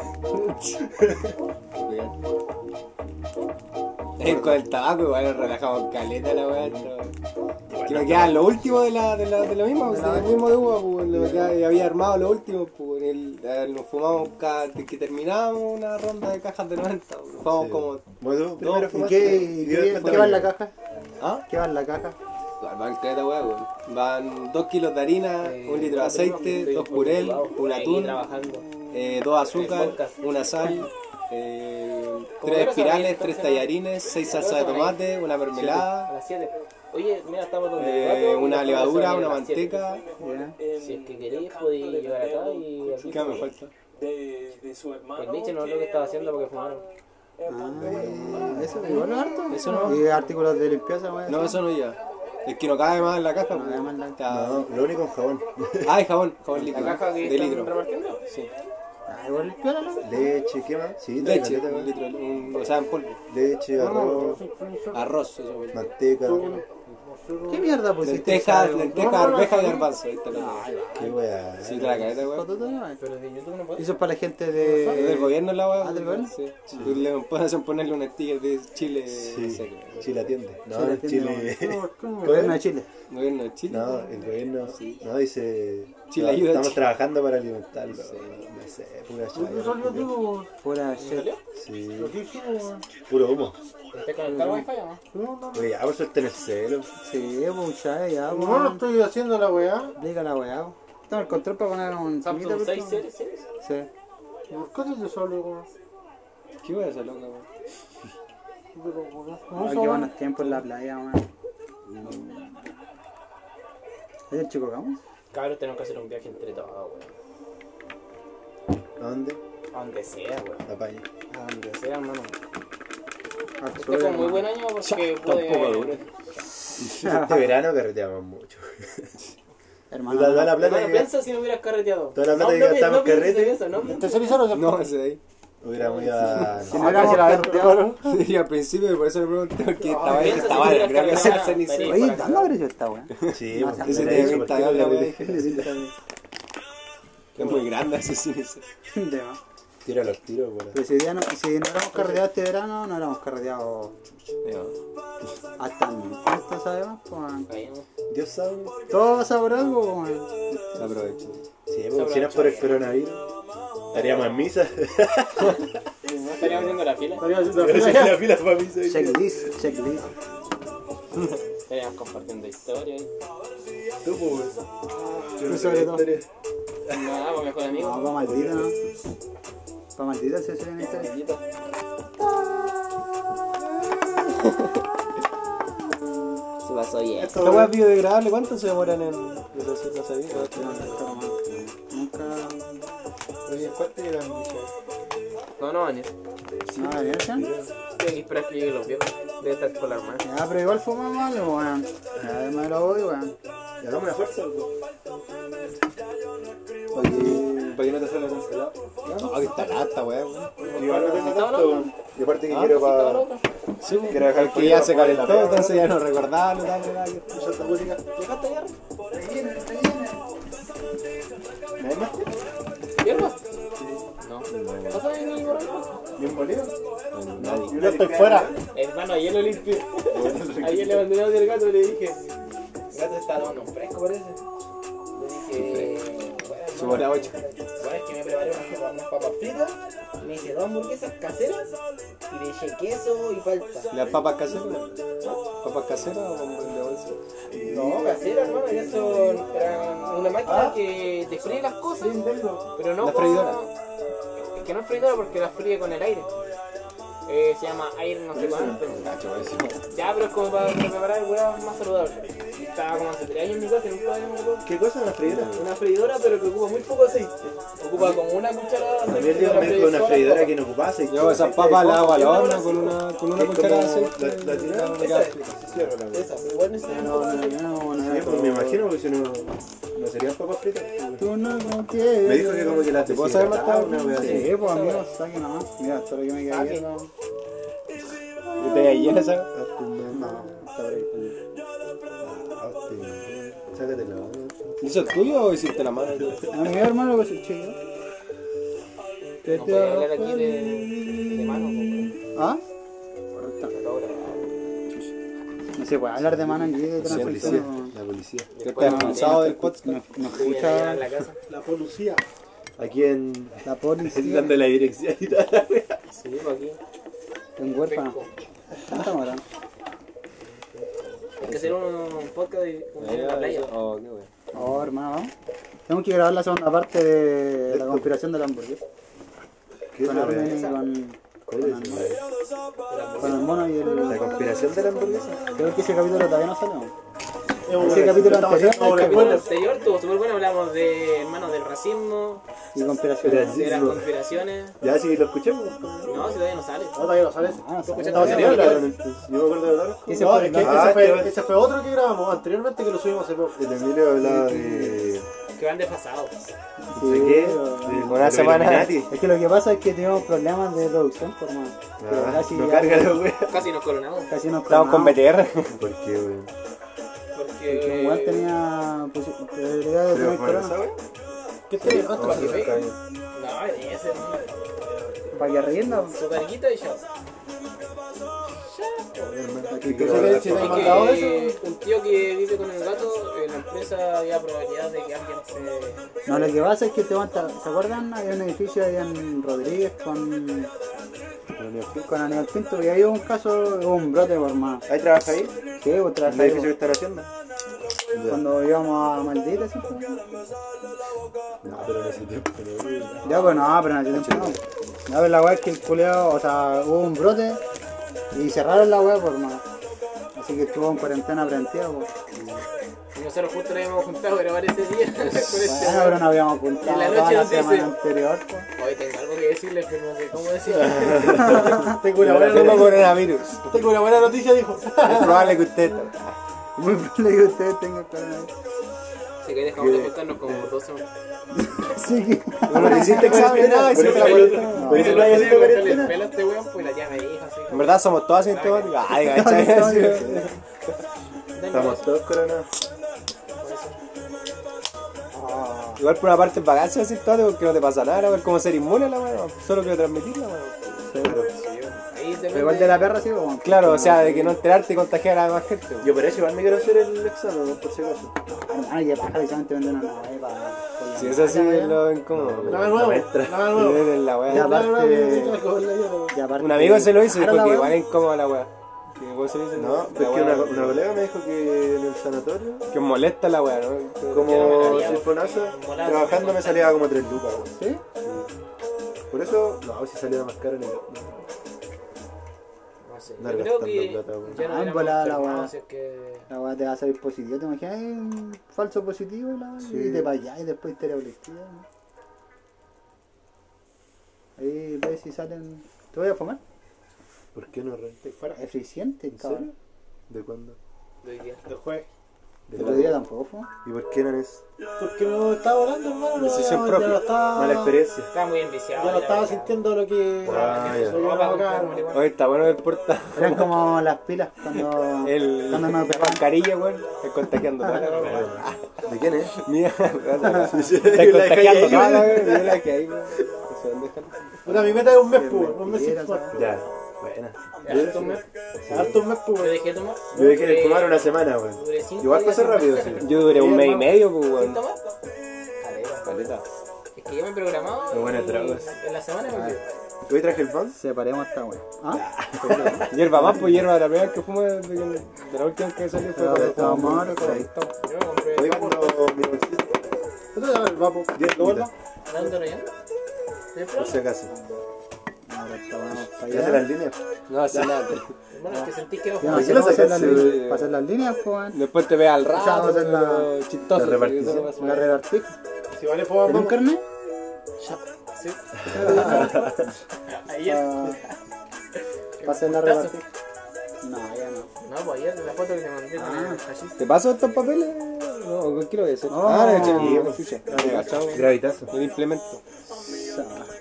D: Eh, Con el tabaco igual nos relajamos caleta la weá. esta, weón. Que nos queda lo último de la, de la, de lo mismo, de lo mismo de uva, pues, lo que había armado lo último, pues, el, eh, nos fumamos cada, de que terminábamos una ronda de cajas de 90, pues, fumamos como,
C: Bueno,
E: este.
C: primero
E: ¿Y
C: fumaste,
E: qué,
C: y
E: qué,
C: después
E: qué va en
C: te-
E: la caja?
D: ¿ah?
E: ¿Qué va en la caja?
D: Van caleta weá, pues. weón. Van 2 kilos de harina,
B: Eh,
D: 1 litro de aceite,
B: estoy
D: 2 purel,
B: preocupado.
D: un
B: Aquí
D: atún,
B: trabajando.
D: eh, 2
B: El
D: azúcar,
B: podcast.
D: una sal, eh,
B: Como
D: 3
B: no
D: espirales,
B: sabéis,
D: 3
B: entonces,
D: tallarines, 6
B: como no
D: salsas de
B: sabéis.
D: tomate, una
B: A
D: mermelada,
B: las 7. Oye, mira, estamos donde.
D: eh,
B: cuatro, y
D: una
B: estamos
D: levadura,
B: a
D: una
B: las siete. Eh,
D: manteca.
E: Ya.
B: Si es que queréis, podéis llegar acá y. aquí-
D: ¿Qué me falta?
G: de, de su hermano.
B: El Nietzsche no es lo que estaba haciendo porque fumaron.
E: Ah, eso, igual es harto.
D: Eso no.
E: ¿Y artículos de limpieza, weón?
D: No, eso no lleva. Es que no cabe más en la caja. pues.
E: No cabe más en la
D: Está-
C: No, lo único es jabón.
D: Ah, y jabón, jabón líquido.
B: La caja que
D: de
B: están
D: litro.
B: repartiendo.
D: Sí.
E: Ah, igual limpiola, ¿no?
C: Leche, ¿qué más? Sí, trae
D: Leche,
C: caleta,
D: un
C: weón.
D: litro, un- o sea, en polvo.
C: Leche, arroz,
D: Arroz, eso. güey.
C: manteca.
E: ¿Qué mierda pusiste?
D: Lentejas,
E: esa, weón?
D: lentejas, arvejas y garbanzo. Ahí está la
E: Ay, va.
C: Qué weá.
D: Sí, te la caeta, güey.
E: Foto, ¿no?
B: Pero de YouTube no puedes.
E: Eso es para la gente
D: ¿Es del
E: de...
D: gobierno la weá?
E: Ah, ¿del gobierno?
D: Sí. Y Le pueden hacer ponerle un sticker de Chile, no sé
C: Sí,
D: qué.
C: Chile atiende. No,
E: Chile
C: el Chile.
E: (laughs) atiende, Gobierno de Chile.
D: Gobierno de Chile.
C: No, el gobierno no dice.
D: Chile
C: "No,
D: ayuda a
C: Estamos
D: Chile".
C: trabajando para alimentarlo. No sé, pura chaya.
E: Pura shit.
C: Sí, puro humo.
B: ¿Te
D: Mm.
B: conectar al wifi o no?
C: Oye, ya por suerte en el celo.
E: Sí, mucha, ya,
A: No, no
E: weón.
A: estoy haciendo la weá.
E: Explica la weá, weón. Toma el control para poner un...
B: Samsung
E: poquito,
B: 6
E: weón.
B: series, series.
E: Sí.
A: ¿Por qué te solo, weón?
D: ¿Qué weá esa loca, weón?
A: Pero, weón, no,
E: Oh, qué
A: solo.
E: buenos tiempos en la playa, weón. ¿Es el chico Camus?
B: Cabros, tenemos que hacer un viaje entre todos, weón.
C: ¿A dónde? Este
B: A donde sea, weón.
C: A Paña.
B: A donde sea, hermano.
E: Al
B: Este fue un muy buen año porque pude.
C: Este verano carreteamos mucho.
D: Ah,
E: Hermano,
C: Toda toda la plata
B: Hermano,
C: que
B: piensa si no hubieras carreteado.
C: Toda la
B: No,
C: plata que
B: no pi-
C: gastamos
B: no pienses
C: carrete.
B: en eso, no pienses.
A: Tercerizaron,
D: (laughs)
A: ¿cierto?
D: No, ese de ahí.
C: hubiéramos ido a.
E: si no éramos carteados.
D: Y al principio, y por Ah, eso me pregunté, porque estaba ahí,
B: piensa si
D: estaba ahí,
B: tuvieras
D: creo que
B: cargado
D: se
B: la
D: cenicero.
B: tarea.
E: Oye, ¿dónde aprecio esta (laughs) weá?
C: Sí,
E: No,
C: porque
D: Ese
C: pues, no
D: tiene
C: era eso,
D: venta
C: porque no
D: de
C: era
D: habla,
C: de-
D: Es muy grande ese cenicero.
E: De más.
C: Tira los tiros, weón.
E: Pero Pues si, día no, si no éramos carreteados este verano, no éramos carreteados hasta el momento, sabemos, pues, weón.
B: Ahí, ¿no?
C: Dios sabe.
E: Todo pasa por algo, weón.
D: Se aprovecha.
C: Sí, porque si no es por el coronavirus, estaríamos en
D: (laughs)
C: misa. (laughs)
B: No estaríamos haciendo la fila,
A: Estaría haciendo la
C: Pero si
A: fila.
C: la fila para misa.
E: Checklist, checklist.
B: estaríamos compartiendo historias.
C: Tú, pues.
E: Tú sobre todo.
B: Nada, con mejor
E: No,
B: amigo.
E: pa' maldita, ¿no? Pa' maldita se suena esta vez.
B: Se pasó bien.
D: Esta weá es biodegradable, ¿cuánto se demoran en reducir la salida?
E: Nunca.
B: No, no, Daniel.
E: No, ¿verdad, Sean?
B: Tengo que esperar que lleguen los viejos. Debe estar con la hermana.
E: Ya, Ah, pero igual fue más malo, weón. Ya, me lo voy, weón.
C: Hagamos una fuerza, weón.
D: Para que no te salga cancelado. Ah, que está lata, weá, weón.
C: Igual no tengo tanto, weón. Y aparte
D: Ah,
C: que
D: pues
C: quiero para.
D: Sí,
C: Quiero dejar
D: que
C: que
D: ya se calentó, entonces ya no recordaba lo tal, lo tal.
B: ¿Dejaste ayer?
C: ¿Me hay más?
B: ¿Hierba? No. ¿No sabes ni por ahí?
C: ¿Y un bolígrafo?
D: Nadie.
A: Yo estoy fuera.
B: Hermano, ayer lo limpié. Ayer le mandé el audio al gato y le dije. El gato está dando un fresco, parece. Le dije. bueno,
D: Subo la
B: hermano,
D: 8.
B: Bueno, es que me preparé unas papas, unas papas fritas, me hice dos hamburguesas caseras y le eché queso y palta.
D: ¿Las papas caseras? ¿Papas caseras o con de bolsa?
B: No, caseras, hermano, y eso era una máquina
D: Ah.
B: que te fríe las cosas, pero no pues,
D: La
B: con-
D: freidora.
B: Es que no es freidora porque las fríe con el aire. Eh, se llama Air no sé cuánto.
H: Nacho, buenísimo.
B: Ya, pero es como para para preparar weas más saludables. Estaba como hace tres años en mi casa y nunca había ocupado
C: ¿Qué cosa? ¿Una freidora?
B: una freidora, pero que ocupa muy poco aceite. Ocupa como una cucharada de
C: A
B: aceite.
C: mí el día
B: para
C: me dijo
B: freír
C: una
B: sola,
C: freidora
B: po.
C: que no ocupase.
D: Yo esas papas las hago al horno con una, con una
C: Es
D: cuchara de
C: como-
D: aceite.
C: la- la tirada,
D: No, no,
C: esa-
D: no, no.
C: Cierra la wea.
B: Esa, pero bueno, esa Ah,
E: No, no, no, no,
C: Sí,
E: no.
C: pues me imagino, porque si no, no serían papas fritas.
E: Tú no no
C: Me
E: quieres.
C: dijo que como que las
D: ¿Te puedo saber más
C: desidrataba, una wea así.
E: Sí, pues amigo, saque nomás. Mira, espero que me caiga.
B: no.
D: ¿Y te llena esa?
E: Ah,
C: Ah, Sácatelo.
D: ¿Y ¿Eso es tuyo o hiciste la mano?
E: A mi Ah, hermano que se chido. Que
B: No
E: te
B: podía
E: haga
B: hablar aquí de, de mano, pues,
E: ¿Ah?
B: po, pero ahora,
E: No se puede hablar de mano aquí de
C: La policía.
E: transacciones.
C: La policía.
D: Te has
B: después de-
D: cansado del podcast.
E: No, no
B: de llegar a
E: escucha
B: la casa.
A: La policía.
C: Aquí en.
E: la policía.
C: Dando la dirección y tal.
B: Sí, po, aquí.
E: Un huérfano. Tanta mala.
B: Hay que hacer un, un podcast de un día en la playa.
D: Oh, qué bueno.
E: Oh, hermano. vamos. Tenemos que grabar la segunda parte de la conspiración del hamburguesa.
C: ¿Qué es
E: Con
C: la wea?
E: Armin y con,
C: ¿Cuál es la wea?
E: con el mono y
C: ¿La
E: el.
C: conspiración de la hamburguesa?
E: Creo que ese capítulo todavía no salió.
A: Es una
E: Ese capítulo anterior
A: Estamos
E: el
A: haciendo
B: Bueno,
A: una
E: capítulo
B: anterior estuvo súper bueno, hablamos de hermanos del racismo,
E: y conspiración.
B: de las
C: Racismo.
B: conspiraciones.
C: Ya, si lo escuchamos.
B: No, si todavía no sale.
A: No, todavía no sale.
E: Ah, no sé.
A: Estamos
C: Sí,
A: haciendo una-
C: hablaron entonces. Yo me acuerdo de hablar.
E: Ese
A: No,
E: fue
A: es
E: el
A: que
C: Ah,
A: ese
C: ya va.
A: fue, ese fue otro que grabamos anteriormente que lo subimos hace poco.
C: El Emilio hablaba de.
B: Que van desfasados.
C: No sé qué. de-
D: Una
C: de
D: semana.
C: Illuminati.
E: Es que lo que pasa es que tenemos problemas de producción, por más. Pero
C: Ah,
E: casi
C: No
E: ya-
C: carga la wea.
B: Casi nos coronamos.
E: Casi nos
D: Estamos con
E: colmamos.
D: BTR.
C: (laughs) ¿Por qué, wea?
E: Que un weón
B: Porque.
E: tenía posi- probabilidad de
C: ¿Pero
E: tener
C: por
E: corona.
C: esa wea?
A: ¿Qué te
C: No,
A: antes?
C: pero está bien.
B: No, ese.
E: Para que arrienda.
B: Su carguita y ya.
A: Yo sé que
C: Y
A: si te han mandado
B: que
A: eso.
B: un tío que vive con el gato, en la empresa había probabilidad de que alguien se.
E: No, lo que pasa es que te van a... ¿Se acuerdan? Había un edificio ahí en Rodríguez con... Con Aníbal Pinto. Y ahí hubo un caso, hubo un brote, por más.
C: ¿Ahí trabaja ahí?
E: ¿Qué? Vos
C: ¿El edificio que
E: trabajabas
C: están haciendo?
E: cuando íbamos a Maldita, ¿sí?
C: No, pero en ese tiempo. no.
E: Ya, pues no, pero en ese tiempo no. Ya, pues la weá es que el culeo, o sea, hubo un brote y cerraron la weá, por más. Así que estuvo en cuarentena planteado, pues.
B: Y nosotros justo nos habíamos juntado a grabar ese día. (laughs) con este
E: Bueno, pero no habíamos apuntado
B: En la
E: toda
B: noche
E: la
B: nos dice-
E: semana anterior, pues. (laughs)
B: Hoy tengo algo que decirles, pero no sé cómo decir.
A: Tengo una buena
D: Tengo
A: noticia.
D: coronavirus.
A: Tengo una buena noticia, dijo.
D: Es probable que usted.
E: Muy probable que ustedes tengan coronavirus.
B: Así que dejamos de juntarnos como dos semanas.
E: Así que.
D: Bueno, lo hiciste cuarentena,
C: Por
D: hiciste
C: eso
D: la
C: el otro-
D: cuarentena.
C: por
B: Pero
C: eso
B: el
C: no
B: otro
C: hay
B: día
C: haciendo
B: cortarle
C: cuarentena.
B: el pelo a este weón, pues la tía me dijo así.
D: En verdad somos todos asintomáticos. Ay, gacha.
C: Estamos todos coronados.
D: Igual por una parte es bacán ser asintomático porque no te pasa nada, ver cómo ser inmune a la weá. Solo quiero transmitirla, weón.
B: Ahí
E: Pero igual de la perra sí, pues, weón.
D: Claro, o sea, de que no enterarte y contagiar a más gente. weón.
C: Yo para eso igual me quiero hacer el examen, ¿no? por si acaso.
E: Ay, qué paja, quizás te venden una nueva para. con la
D: Si es así,
E: marca,
D: es
E: weón.
D: lo incómodo.
A: Nada nuevo. Nada nuevo.
D: Tener la weá.
E: Ya,
A: Nada nuevo,
E: aparte-
A: mira, con la llave.
E: Y aparte-
D: Un amigo se lo hizo y
E: Claro,
D: dijo que
E: la
D: igual
E: weá.
D: es incómoda la weá. Que igual se lo hizo,
C: No,
D: la
C: porque
D: weá-
C: una, una colega me dijo que en el sanatorio,
D: Que molesta la weá, ¿no?
C: como sinfonazo, trabajando me salía como 3 lucas. güey.
E: ¿Sí?
C: Por eso, no, a ver si salía más caro en el.
B: No sé.
C: Andar
B: Yo creo
C: gastando
B: que.
C: plata, weón.
B: Ya
E: Ah,
B: no éramos
E: volada la
B: enfermos,
E: weá.
B: así es que.
E: La weá te va a salir positivo. Te imaginas, es un falso positivo y la weá.
C: Sí.
E: Y te para allá y después te reablectiva, ¿no? Ahí ves si salen. ¿Te voy a fumar?
C: ¿Por qué no rey?
E: Eficiente,
C: ¿En
E: cabrón.
C: serio? ¿De cuándo?
B: doy día.
A: Del juez.
C: ¿De
E: El otro
C: cuándo?
E: día tampoco
D: (laughs)
E: fumé.
C: ¿Y por qué no es?
A: Porque no estaba volando, hermano.
D: Decisión
A: ya,
D: propia.
A: Ya lo estaba,
C: Mala experiencia.
B: Estaba muy enviciado.
A: Ya lo
B: la
A: estaba
B: verdad.
A: sintiendo lo que.
C: Ah, ya.
A: soy yo,
B: No, para
A: acá,
B: comprar marihuana.
D: Oye, está bueno el porta.
E: Eran como las pilas cuando.
D: (laughs) El,
E: Cuando me
D: la mascarilla, weón. Está contagiando toda la weá. Ah,
C: ¿De quién es?
D: Mía, (laughs) está
C: Yo la dejé
D: contagiando
C: ahí,
D: toda la
C: weón.
D: weá. Yo la que hay, weón. Eso, déjala.
A: Puta, mi meta es un mes, pues. Un mes sin
E: Mentira,
A: fumar.
C: Ya, buena.
B: Ya, yo tomé.
A: Harto un mes,
B: Yo
A: pues.
B: dejé de tomar.
C: Yo dejé de
B: Duré-
C: fumar una semana, güey.
B: duré cinco
C: Igual pasó
B: días sin-
C: rápido, sí.
D: Yo duré un mes y medio, pues, weón.
B: ¿Tomar? Caleta.
D: Caleta.
B: Es que yo me he programado.
C: Qué buenos
B: y-
C: tragos. Ah.
B: En la semana me olvido.
C: ¿Hoy traje el pan?
E: Separemos esta weá.
D: (laughs)
E: ¿Ah?
D: Hierba más, pues hierba, la primera vez que fumo desde que- de la última vez que salió
E: Pero
D: fue cuando
E: de todos
D: (laughs)
E: modos,
D: fumé.
E: correcto.
B: Yo me compré.
C: Hoy cuando mi bolsita.
A: Entonces, a ver, vamos.
C: Diez
A: ¿Lo
C: lucas,
A: guardo?
B: ¿Dónde lo llevo? ¿De
C: por
B: pronto?
C: si acaso.
E: esta weá vamos para
C: ¿Te hace las
E: allá.
C: líneas?
D: No hace nada.
B: Bueno, es que sentís que
E: Yo
B: no
E: no
C: ¿Para
E: sé
C: qué lo
E: cómo hacer las
C: sacaste?
E: líneas, para hacer las líneas, po, weón.
D: Después te ve al
E: O sea, vamos a
D: rato,
E: hacer la-
D: pero chistoso.
C: la repartición.
D: porque eso
E: La
D: va a
E: red
D: ser-
E: artística.
A: Si vale fue
E: ¿Tiene un
A: vamos.
E: carnet?
B: ayer.
E: Para hacer Ah, la red artística. No, ya no.
B: No, pues ayer la foto que te mandé
C: Ah.
B: con el hashish.
D: ¿Te paso estos papeles? No, ¿qué quiero decir?
E: No.
D: Ah, no, chico, chucha. Ya, chao.
C: Gravitazo.
D: El implemento.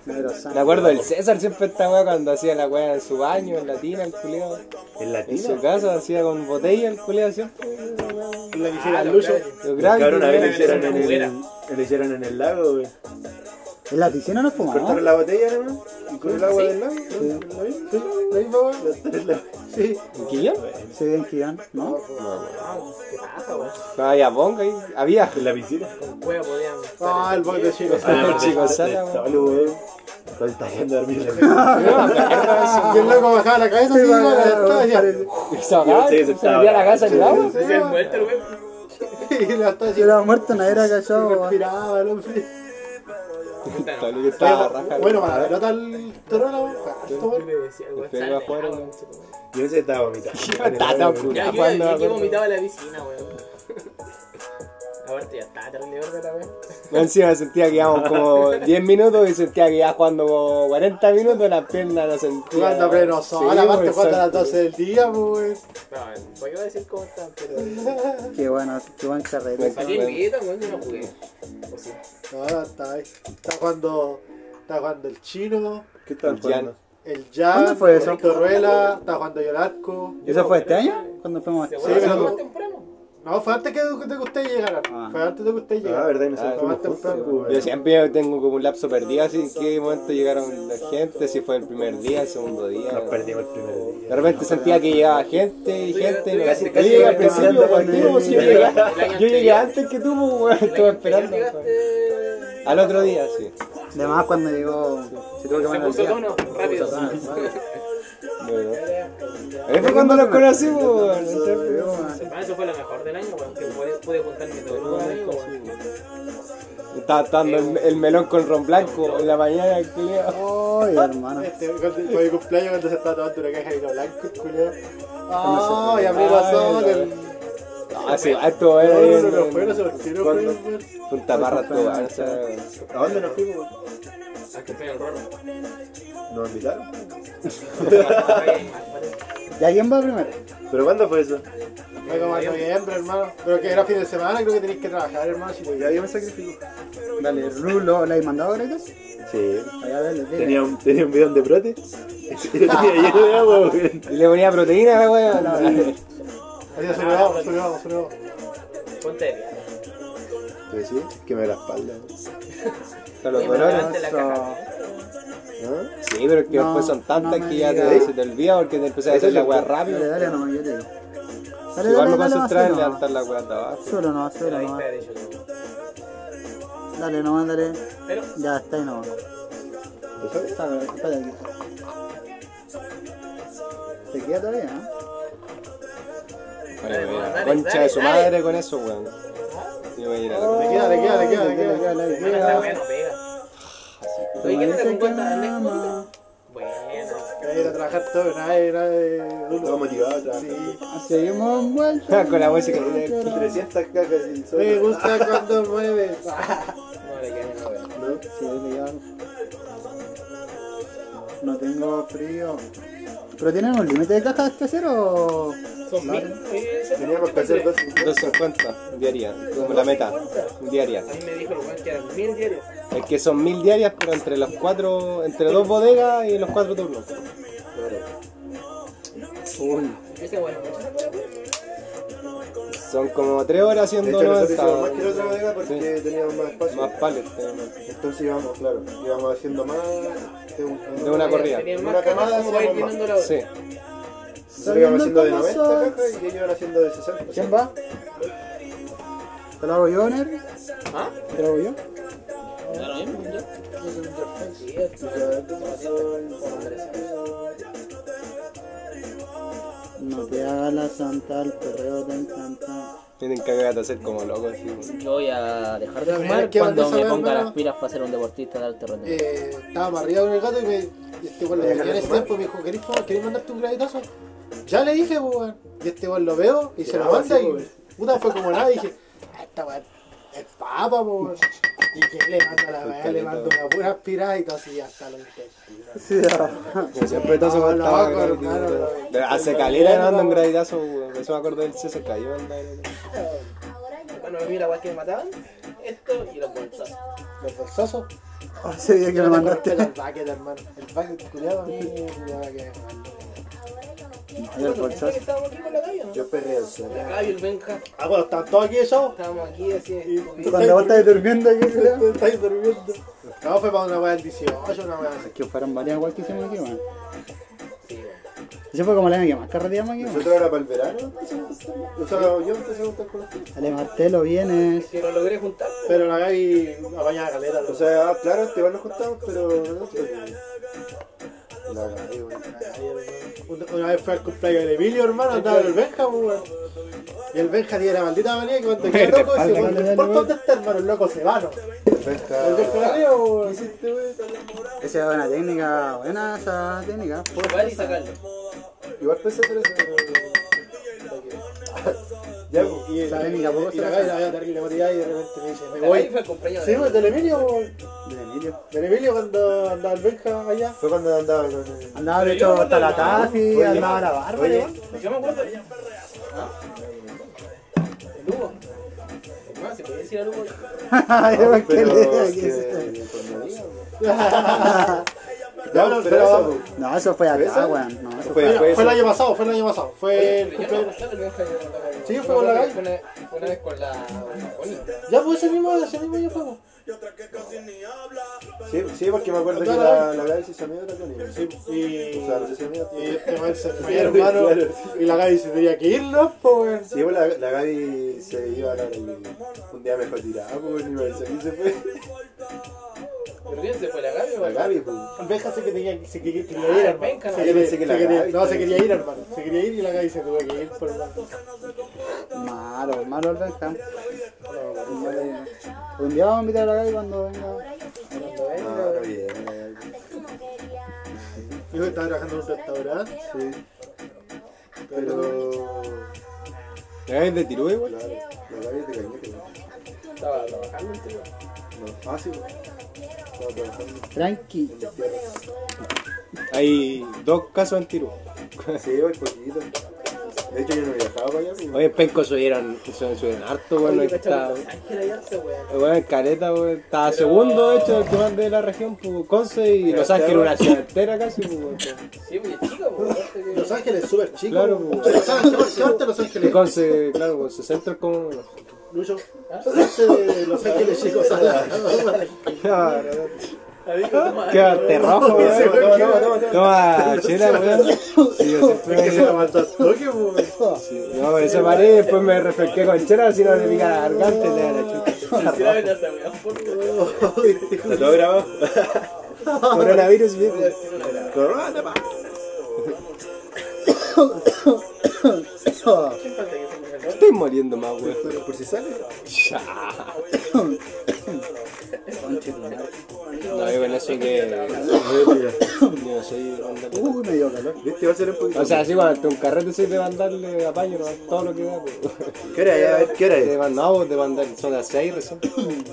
E: Negro santo.
D: Me acuerdo del César siempre esta weá cuando hacía la weá en su baño, en la tina, el culiao.
C: ¿En
D: En su
C: latino?
D: casa hacía con botella el culiao siempre.
A: La que
B: Ah,
A: hiciera
B: lo
A: Lucho.
B: grabé.
D: Los
C: Cabrón, una vez lo
B: le
C: hicieron en
B: hicieron
C: el,
B: una
C: lo hicieron en el lago, güey.
E: ¿En la piscina no fumaba?
C: Cortaron la botella, ¿no? Y con el agua del lago.
E: Sí.
A: Sí, la misma weá.
C: Los tres la-
A: Sí.
D: ¿En Quillón?
E: Se ve en Quillán, ¿no?
B: Ah, qué paja, weón.
D: No, había bonga ahí. Había. (laughs)
C: En la piscina.
B: Con cueva podían. estar
A: Ah,
B: en
A: el
B: pie.
A: boy de Chile.
D: Ah, chico, sala, güey.
C: Salud, güey. Cuando está yendo a dormir. la-
A: (laughs) Y el loco bajaba la cabeza así,
E: va,
A: iba a la
E: va, va,
A: estaba ya.
D: Se ahogaba,
C: Sí,
D: se
C: se
D: metía a la casa y
A: estaba.
D: agua.
A: Sí.
B: Ese es el muerto, weón.
A: (laughs) Y la estaba así.
E: Si era muerto, nadie era cachado, weón.
A: Respiraba el hombre.
D: Puta, lo que estaba raja.
A: Bueno, para la pelota al toro la weá. Esto,
B: Yo
A: weón.
B: le decía, weón,
D: Espero
B: sal de
D: afuera,
B: agua,
D: weón.
B: chico.
C: Yo ese estaba vomitando.
D: Está tan oscuro.
B: Ya, yo
D: Cuando-
B: ya que vomitaba en la piscina, weón. (laughs) Aparte, ya está terrible verga la weón.
D: Yo encima sentía que íbamos como 10 minutos y sentía que ya jugando como 40 minutos las piernas las sentía.
A: Jugando a pleno sol, aparte
D: pues,
A: jugando a las
D: exacto.
A: 12 del día, pues.
B: No, pues iba a decir cómo están, pero.
E: Qué bueno, qué buen carrete.
B: ¿Para qué invitan, weón? Yo no jugué. O sí.
A: No, está, está jugando, está jugando el chino,
C: ¿Qué tal,
D: Ya.
A: el jazz,
E: ¿Cuándo fue eso?
A: Torruela, está jugando Yolarco.
E: ¿Eso fue este año? ¿Cuándo fuimos?
B: Se
A: Sí,
B: fue
A: pero-
B: más temprano.
A: No, fue antes que, de que ustedes llegaran.
E: Ah.
A: Fue antes de que ustedes
C: Ah,
A: llegaran.
C: verdad, y nosotros
D: Ah,
C: fuimos
A: tomaste un
C: juntos,
A: perro.
C: güey.
D: Yo siempre tengo como un lapso perdido, así en qué momento llegaron la gente, si fue el primer día, el segundo día.
C: Nos perdimos el primer
D: De
C: día.
D: repente sentía que llegaba gente y
B: Tú
D: gente.
B: llegaste-
D: no sé.
B: casi- casi
D: yo llegué al
B: llegaste
D: principio
E: andando
D: contigo,
E: con
D: sí, yo
E: el-
D: llegué,
B: el año
D: yo llegué
B: anterior.
D: antes que tú, pues, weón, estuve esperando. weón.
B: Llegaste.
D: Al otro día, sí.
E: De más cuando llegó. Se tuvo que
B: Se
E: poner al
B: puso
E: día.
B: tono, rápido. Ah,
D: Bueno. Ahí fue cuando nos conocimos, pues, weón.
B: Para eso fue la mejor del año, weón. Que pude, pude juntarme todo el grupo de amigos, weón.
D: Estaba dando el, el melón con ron blanco en la mañana, culiao.
E: Ay, hermano.
A: Este, cuando- con mi cumpleaños cuando se estaba tomando una caja de vino blanco, el culiao. Ah, y abrí la
D: Ay,
A: sol,
D: no.
A: el-
D: Ah, sí, esto
A: No,
D: era
A: no,
D: ahí
A: no,
D: en-
A: no fue, no se volteó,
C: ¿Cuándo?
A: fue, weón.
D: Punta Parra, todo, ah, o sea,
C: ¿A dónde nos fuimos?
B: Ah, que fue el rolo.
C: Nos invitaron.
E: ¿Y a quién va primero?
C: ¿Pero cuándo fue eso?
A: Fue como en noviembre, hermano. Pero que era fin de semana, creo que tenéis que trabajar, hermano. Si podía.
C: yo me sacrifico.
E: Dale, Rulo, ¿la has mandado Gretas?
C: Sí.
E: Allá dale, dile.
C: Tenía un, tenía un bidón de brote. (laughs) Y lo tenía (laughs) lleno de agua, güey.
D: Y le ponía proteína a la weón.
A: Así sonaba, sonaba, sonaba.
B: Ponte de pie.
C: Pues sí, que me da la espalda.
D: Con los
B: Sí, pero
D: colores.
B: antes la caja.
C: ¿No?
D: Sí, pero es que
E: No,
D: después son
E: no
D: tantas
E: me
D: que ya te,
E: digas.
D: se te olvida porque te empezás a hacer la weá rápido.
E: Dale, dale, no, yo te digo. Dale,
D: Igual
E: dale,
D: me
E: dale,
D: paso
E: más,
D: atrás y
E: solo
D: levantar la weá de abajo.
E: no. Solo no,
B: Te la
E: solo no.
B: vista de YouTube.
E: Dale, no, dale.
B: Pero,
E: Ya, está ahí no.
C: ¿Lo sabes?
E: Está, está de aquí. ¿Te queda todavía, no?
D: Bueno, mira,
B: dale,
D: concha
B: dale,
D: de su
B: dale.
D: madre con eso, weón. Yo voy a ir a la
A: Le queda, le queda, le queda, le queda.
E: le
B: hermano, esta
E: queda.
B: weá no pega. Oye, ¿qué no te pongo esta anécdota? Bueno.
A: Que ir a trabajar todo, nada de, nada de
C: Estaba
A: duro.
C: motivado a trabajar.
A: Sí.
E: Seguimos (laughs) envueltos.
D: Con la música.
C: 300 cajas y solo.
A: Me gusta cuando mueves.
B: No le queda una weá.
C: ¿No?
E: Sí, legal. No tengo frío. ¿Pero tienen un límite de cajas que hacer o...?
B: Son
E: No,
B: mil. eh, se
C: Teníamos que
B: fue
C: hacer
B: tres.
C: 250.
D: 250 diaria, como la meta, diaria.
B: A mí me dijo el weón que eran mil diarios.
D: Es que son mil diarias, pero entre los cuatro, entre dos bodegas y los cuatro turnos.
B: Ese weón es mucho.
D: Son como tres horas
C: De
D: haciendo
C: hecho, nosotros hicimos más
D: 90.
C: que la otra bodega porque teníamos más espacio.
D: Más palets, eh,
C: Entonces íbamos, claro, íbamos haciendo más. Este, De
D: de una corrida.
B: Tenían
C: Una
B: más
C: camada,
B: camas como para ir
C: hacíamos más.
B: llenando la hora.
D: Sí.
C: Nosotros íbamos haciendo de
E: Sabiendo
C: 90
E: cómo
C: cajas y ellos iban haciendo de 60.
E: ¿Quién va? ¿Te lo hago yo, Ner?
B: ¿Ah?
E: ¿Te lo hago yo?
B: ¿No lo mismo? ¿Yo? Sí, es-
C: Ya, entonces,
B: Andrés.
E: No te hagas la santa, el perreo te encanta.
D: Tienen que cagar de hacer como locos, así, weón.
H: Yo voy a dejar de
A: La primera
H: fumar
A: vez que
H: cuando
A: mandé
H: me
A: esa weá,
H: ponga
A: hermano,
H: las pilas para ser un deportista de alto rendimiento.
A: Eh, estaba amarrado con el gato y me. y este weón lo tenía en ese tiempo y me dijo, ¿querés, fumar? ¿Querés mandarte un gravitazo? Ya le dije, pues, weón. Y este weón lo veo y se lo manda y puta fue como nada. Y dije, "Ah, esta weón es papa, pues, weón. Y que le manda la weá, le mando una pura aspirada y todo así hasta los intestinos.
D: Como siempre todo se va
A: No,
D: estaba
A: loco,
D: grande,
A: hermano,
D: weón.
A: no,
D: De- Hace calera le mando un gravitazo, weón. Eso me acuerdo del César cayó anda, weón.
B: Bueno, me vi la weá que me mataban, esto y los bolsas.
A: Los bolsosos.
E: Ese día que
A: Yo
E: me
A: me
E: mandaste.
A: el bucket, hermano. El bucket, cuidado, a mí me daba que-
E: Ahí el bolsazo.
B: Estábamos aquí con la Gaby, ¿no?
C: Yo perreo solo.
B: La Gaby, el Benja,
A: Ah, bueno, están todos aquí, eso.
B: estábamos aquí así.
A: Y-
E: Cuando vos estás durmiendo aquí, culiao.
A: Estáis durmiendo. No, fue para una weá del 18, una weá así.
E: Es que fueron varias igual que hicimos aquí, weón.
B: Sí, weón.
E: Ese fue como la que más carreteamos aquí, weón.
C: Nosotros ahora para el verano. O sea, yo empecé a juntar con los tíos.
E: Ale Martelo, vienes.
B: Que lo logré juntar.
A: Pero la Gaby apañaba caleta.
C: O
A: loco.
C: sea, ah, claro, te van los juntados, pero no te La cagué, weón.
A: Una, una vez fue al cumpleaños de Emilio, hermano, andaba en el Benja, pues, weón. Y el Benja tiene la maldita manía que (laughs) cuando queda loco, dice, "Bueno,
E: espalda,
A: no
E: dale,
A: importa
E: dale,
A: dónde está, hermano, el loco se va, ¿no? El Benja la
C: Pesca.
A: río, weón.
E: Esa es una técnica, buena esa técnica.
B: Jugar y sacarlo.
C: Igual pesé por eso. pero- Ya, pues.
A: Y,
E: Esa
A: la- y,
E: técnica poco se
A: la
E: la
A: Gaby
E: sabe.
A: la veía terrible motivada y de repente me dice, me
B: La Gaby
A: voy.
B: fue el compañero
A: Sí,
B: de
A: pues del Emilio, weón.
E: De Emilio.
A: Del Emilio cuando andaba el Benja (laughs) allá.
C: Fue cuando andaba con el...
E: Andaba de hecho hasta la tafi, andaba la barba,
C: Oye.
E: weón. (laughs)
B: Yo me acuerdo de ella. El Hugo. Hermano, ¿se puede decir al
C: Eh,
B: Hugo?
E: Ay, qué
C: Pero
E: leo,
C: es
E: qué es esto.
C: que-
A: Ya,
C: Ya,
A: no,
C: pues,
A: pero
C: pero eso,
A: vamos.
C: pues.
E: No, eso fue acá,
C: ¿Esa?
E: weón. No, eso
D: Fue
E: fue.
A: Mira,
D: después.
A: fue el año pasado, fue el año pasado. Fue el
B: Pero yo no me
A: cumpleaños.
B: acuerdo, nunca yo me acuerdo.
A: Sí, fue con la Gaby.
B: Fue una- fue una vez con la con Connie.
A: Ya, pues ese mismo, ese mismo año fue, pues.
C: Sí, sí, porque me acuerdo que
A: Andaba
C: la, la Gaby se hizo amiga de la Connie.
A: Sí, y.
C: O sea, no sé si amiga.
A: Y este weón se fue,
C: Sí,
A: hermano.
C: claro,
A: Y la Gaby se tenía que ir, ¿no? po, weón.
C: Sí, pues la, la Gaby se iba a la un día mejor tirada, pues, ni me avisó quién se fue.
B: ¿Pero quién se fue? ¿La Gaby o
C: La
B: el-
C: Gaby, pues.
A: El Benja se quería, se quería, quería
B: Ah,
A: ir,
B: el
A: hermano.
B: Benja,
A: Se
B: no.
A: quería-
C: Yo pensé que la
A: se quería-
C: Gaby
A: no, se
C: estaba
A: quería ir, hermano. Se quería ir y la Gaby se tuvo que ir por el banco.
E: Malo, malo el Benja. Un día vamos a invitar a la Gaby cuando venga.
C: No, no viene la Gaby.
A: Yo estaba trabajando en un restaurante,
C: Sí. Pero.
D: ¿Te caes de tirú,
C: La,
D: weón?
C: la Gaby te cañete, weón.
B: Estaba trabajando el tío.
C: No, ah, sí, pues. Estaba trabajando
E: Tranqui.
C: en el tierra.
D: Hay dos casos en tirú.
C: Sí, pues, poquito. De hecho, yo no viajaba para allá, pues.
D: Hoy en Penco subieron, subieron, subieron harto, weón.
B: Oye,
D: ahí está-
B: cachai, Ángel Ayarza, weón.
D: Weón, en caleta, weón. Estaba segundo, de hecho, el que más de la región, pues, Conce, y
C: Mira,
D: Los Ángeles,
C: este,
D: una ciudad entera casi,
C: (laughs)
D: pues, weón.
B: Sí, pues, es chica, pues, aparte que-
A: Los Ángeles es súper chico.
D: Claro, pues.
A: Los Ángeles, ¿qué parte de Los
D: Y
A: Ángeles?
D: Conce, claro, pues, se centra como.
A: Lucho, ¿qué parte de Los Ángeles chicos?
D: Claro, (laughs)
B: Ahí dijo, toma,
C: (laughs)
D: Qué aterrado, weón.
C: Toma, toma, toma, toma.
D: eh. Toma, chela, weón. Sí, yo
A: Que se la
D: siempre.
A: mandó al toque, weón.
D: No, esa paré y después me refresqué con chela, si no me pica la garganta, le da la chucha.
B: tiraron esa weá, por favor.
C: Está todo grabado.
D: (laughs) Coronavirus, viejo.
C: Corona, pa.
B: ¿Qué falta que se me sacó?
D: Estoy muriendo más, weón.
C: Pero Por si sale.
D: No, yo no sé qué. Yo no soy onda.
E: Uy, me dio calor.
C: Viste, va a ser un poquito.
D: O sea, sí, cuando te un carrete sí de mandarle apaño, ¿no? todo lo que da. pues.
C: ¿qué hora es? A ver, ¿qué hora
D: Te
C: es?
D: van, no, pues, te mandan, son las 6 recién,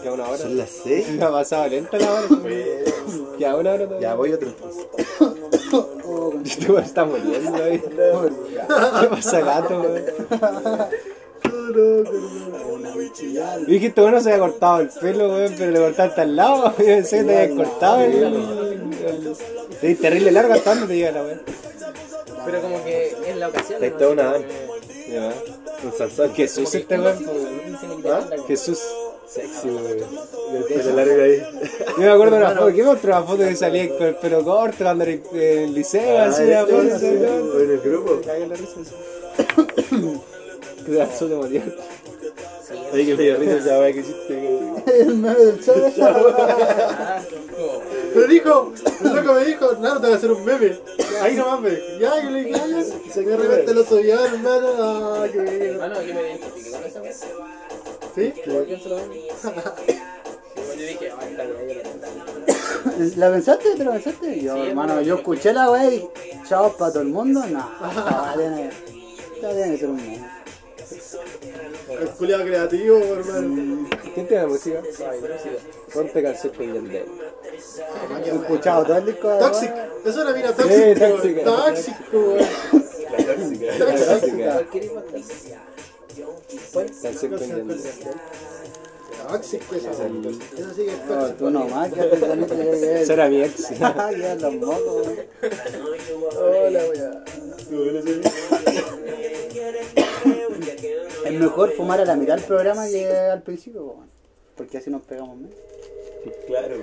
D: ya una hora.
C: Son las seis.
D: Me ha pasado lenta la hora, pues. ya una hora todavía.
C: Ya
D: (laughs)
C: voy otro entonces.
D: Este weón está
C: (laughs)
D: muriendo ahí.
C: pues,
D: ¿Qué pasa, gato, pues? weón? Yo dije, este weón no se había cortado el pelo, weón, pero le cortaste al lado. (laughs) Yo pensé que te habías cortado el. el- Te di terrible larga hasta donde te llega la weón.
B: Pero como que es la ocasión.
C: Ahí
B: ¿no?
C: está
B: Así
C: una
B: como
C: van.
B: que-
D: Ya.
C: Un salsón.
D: Jesús este weón, pues.
C: ¿Ah?
B: Dicen que anda
D: Jesús.
C: sexy, weón. Y el pelo largo ahí.
D: Yo me acuerdo de una foto, ¿qué me otra foto que salía con el pelo corto cuando era en el liceo?
C: Ah,
D: Así una
C: este,
D: foto,
C: sí,
D: así, ¿no?
C: o en el grupo.
D: Cagué la risa, así. (coughs) Qué brazo de morir.
C: Oye, que me dio risa esa weá que hiciste.
E: El meme del chavo.
B: Ah, como-
A: Pero dijo, el loco me dijo, no, te voy a hacer un meme. Ahí nomás me dijo, ya, yo le dije, ya, ya. Y de repente lo subía, hermano. Ah, Ay, que
B: Hermano, yo me identifiqué con esa vez.
A: ¿Sí?
B: Porque yo se lo doy. pues, Yo dije, "Ah, ay, la verdad, yo la tengo.
E: ¿La pensaste? ¿Te la pensaste? Yo,
B: Sí,
E: hermano,
B: hermano,
E: yo
B: yo-
E: escuché la wea y chao para todo el mundo. No, ya tiene, ya tiene que ser un mono.
A: El culiado creativo, hermano.
D: ¿Quién tiene la música?
B: Ay, no, sí.
D: Ponte canción con Yandel.
E: Yo he escuchado todo el disco. de la wea.
A: Toxic, es una mina tóxica.
D: tóxica.
A: Tóxico,
D: La tóxica.
A: La
D: La
A: tóxica.
D: tóxica.
B: ¿Cuál querés matar?
D: Canción con Yandel.
A: Tóxico esa. Eso sí que es
E: No,
A: tóxico.
E: tú nomás, que
B: (laughs)
E: te tenés que
D: Esa
E: ver.
D: era mi ex.
E: (laughs) Ya los mocos, wea.
A: Hola, weá.
E: Es mejor fumar a la mitad del programa que al principio, weón. Porque así nos pegamos menos.
C: Claro.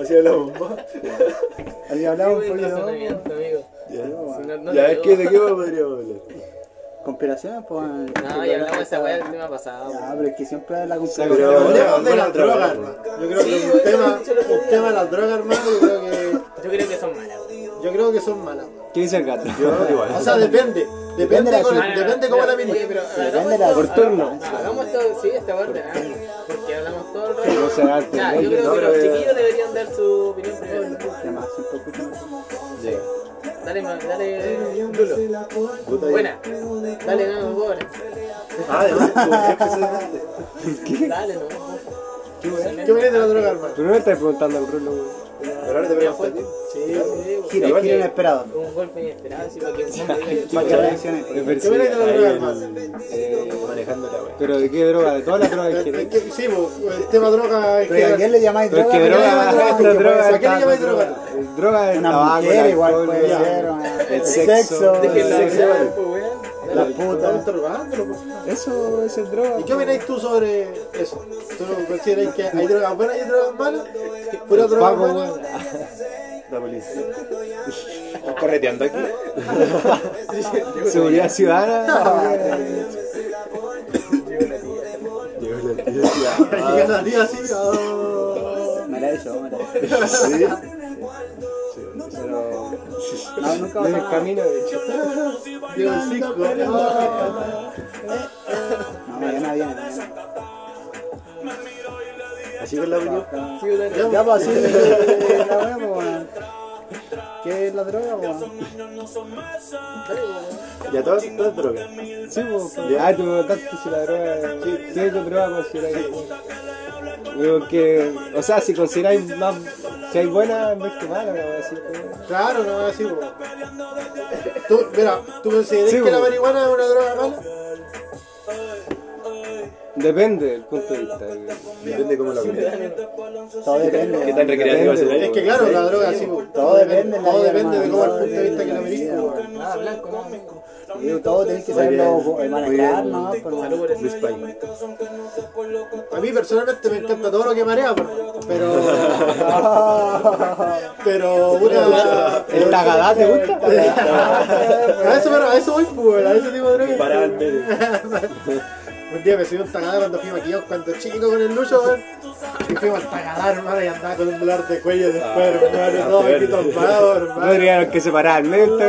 A: Así hablamos más.
E: Así hablamos
B: Buen
E: un poquito. ¿no?
B: razonamiento, amigo.
C: Ya,
B: Si no, no
C: ya
B: te
C: es
B: pegó.
C: que de qué más podríamos hablar.
E: Conspiraciones, pues. el
B: No,
E: programa
B: ya hablamos de esa weá del
E: está-
B: tema pasado.
E: Ya,
B: weón.
E: pero es que siempre hay la
C: Pero
A: Pero
E: conspiración.
C: ahora-
A: hablemos de
C: ahora
A: las
C: otra
A: drogas,
C: vez,
A: hermano. Yo creo que un tema, un tema de las drogas, hermano, yo creo que,
B: Yo creo que son malas. weón.
A: yo creo que son malas. weón.
D: ¿Qué dice el gato?
C: Yo igual.
A: O sea, depende.
E: Depende
A: Depende,
E: de la
A: con-
E: situación.
A: depende cómo la mini.
B: Oye, pero
E: Depende de
B: hagamos
E: la-
B: esto-
E: por turno.
B: Hagamos esto, sí, esta parte, ah, porque hablamos todo el rato.
D: No se va a
B: Ya,
D: entender,
B: yo creo
D: no,
B: que los
D: pero-
B: chiquillos deberían dar su opinión primero.
E: Además, siempre escuchamos.
B: Dale, ma- dale, Lulo. Buena. Dale, no, pobre.
C: Ah, además, como que empecé antes.
B: Dale, no.
A: ¿Qué opinas de las drogas, hermano?
D: Pero no me estás preguntando al Rulo, güey.
C: Pero ahora te pregunto a ti.
A: Sí.
B: Sí,
E: Gira, gira inesperado.
B: Un golpe inesperado, sí, para que
E: Para que reacciones.
D: De
A: ¿Qué opinas de
D: persiga,
A: las
D: ahí
A: drogas,
D: en-
A: hermano?
D: eh,
C: Manejando la wea.
D: Pero de qué droga, de todas las drogas en
A: Eh, eh,
D: general.
A: que- Sí, bo, el tema droga en
E: Pero ¿a quién
A: general.
E: le llamáis
D: Pero es
E: droga?
D: que
A: le
D: droga, (laughs)
A: llamáis droga?
D: esta droga,
A: ¿A qué le
D: esta
A: llamáis
D: droga?
A: droga?
D: El droga es
E: Una
D: tabaco,
E: mujer
D: el
E: igual
D: alcohol,
E: puede
D: güey.
E: ser, weón.
D: El sexo.
B: Dejen la
E: el sexo,
B: weá, pues, weón.
E: la puta.
A: Estamos drogándolo, po.
D: Eso es el droga. pues.
A: ¿Y qué opináis tú sobre eso? ¿Tú consideras que hay drogas buenas y hay drogas malas? ¿Pura droga
D: Paco,
A: mala?
D: güey.
C: La policía. Correteando aquí.
D: Seguridad (laughs) Ah, ciudadana.
C: Llegó la tía.
A: Y esa tía
E: (laughs)
A: así, ah.
E: Me la he hecho, me la he hecho.
C: Sí.
D: Pero Ah,
E: No, nunca
D: en el
E: va a
D: camino de hecho.
A: Digo, cinco, ah.
E: No, mañana viene. mañana.
C: Así con la opinión.
E: Ya pues así eh, la wea, pues, weón. ¿Qué es la droga, weón?
C: Ya todas estas drogas.
D: Sí, pues. Ah, tú me preguntaste si la droga. ¿Qué es la droga consideráis? Digo que. O sea, si consideráis más. Si hay buena en vez que mala, me voy a decir.
A: Claro, no, así, po. Tú, mira, ¿tú consideras
D: Sí,
A: que la
D: bo.
A: marihuana es una droga mala?
D: Depende del punto de vista. güey.
C: Depende cómo la miras.
E: Todo depende.
C: ¿Qué tan
E: weón.
C: recreativa será?
A: Es que claro, la droga así, po.
E: Todo depende de la
A: Todo
E: vida,
A: depende de
E: hermano.
A: cómo el
E: Todo
A: punto de vista que la
E: depende de
A: mirís,
E: la
A: po.
E: vida,
B: Nada, blanco, no.
E: Y todo tenés que
C: Muy
E: saberlo
C: bien,
E: eh,
C: muy
E: manejar,
C: bien.
E: ¿no? Pero-
B: Salud por eso.
C: Luis Payne.
A: A mí personalmente me encanta todo lo que marea, por- pero. (laughs)
E: (laughs)
A: pero una.
D: ¿El tagadá te gusta?
A: A eso, pero a eso voy, pues, a ese tipo de drogas.
C: Parada al medio.
A: Un día me subí un tagadá cuando fui maquillado, cuando chico con el lucho, weón. Y fuimos al tagadá, hermano, y andaba con un dolor de cuello después, hermano, todo
C: peor.
A: aquí tomado, hermano.
D: No dirían que separar el medio.
A: Ay,
D: güey.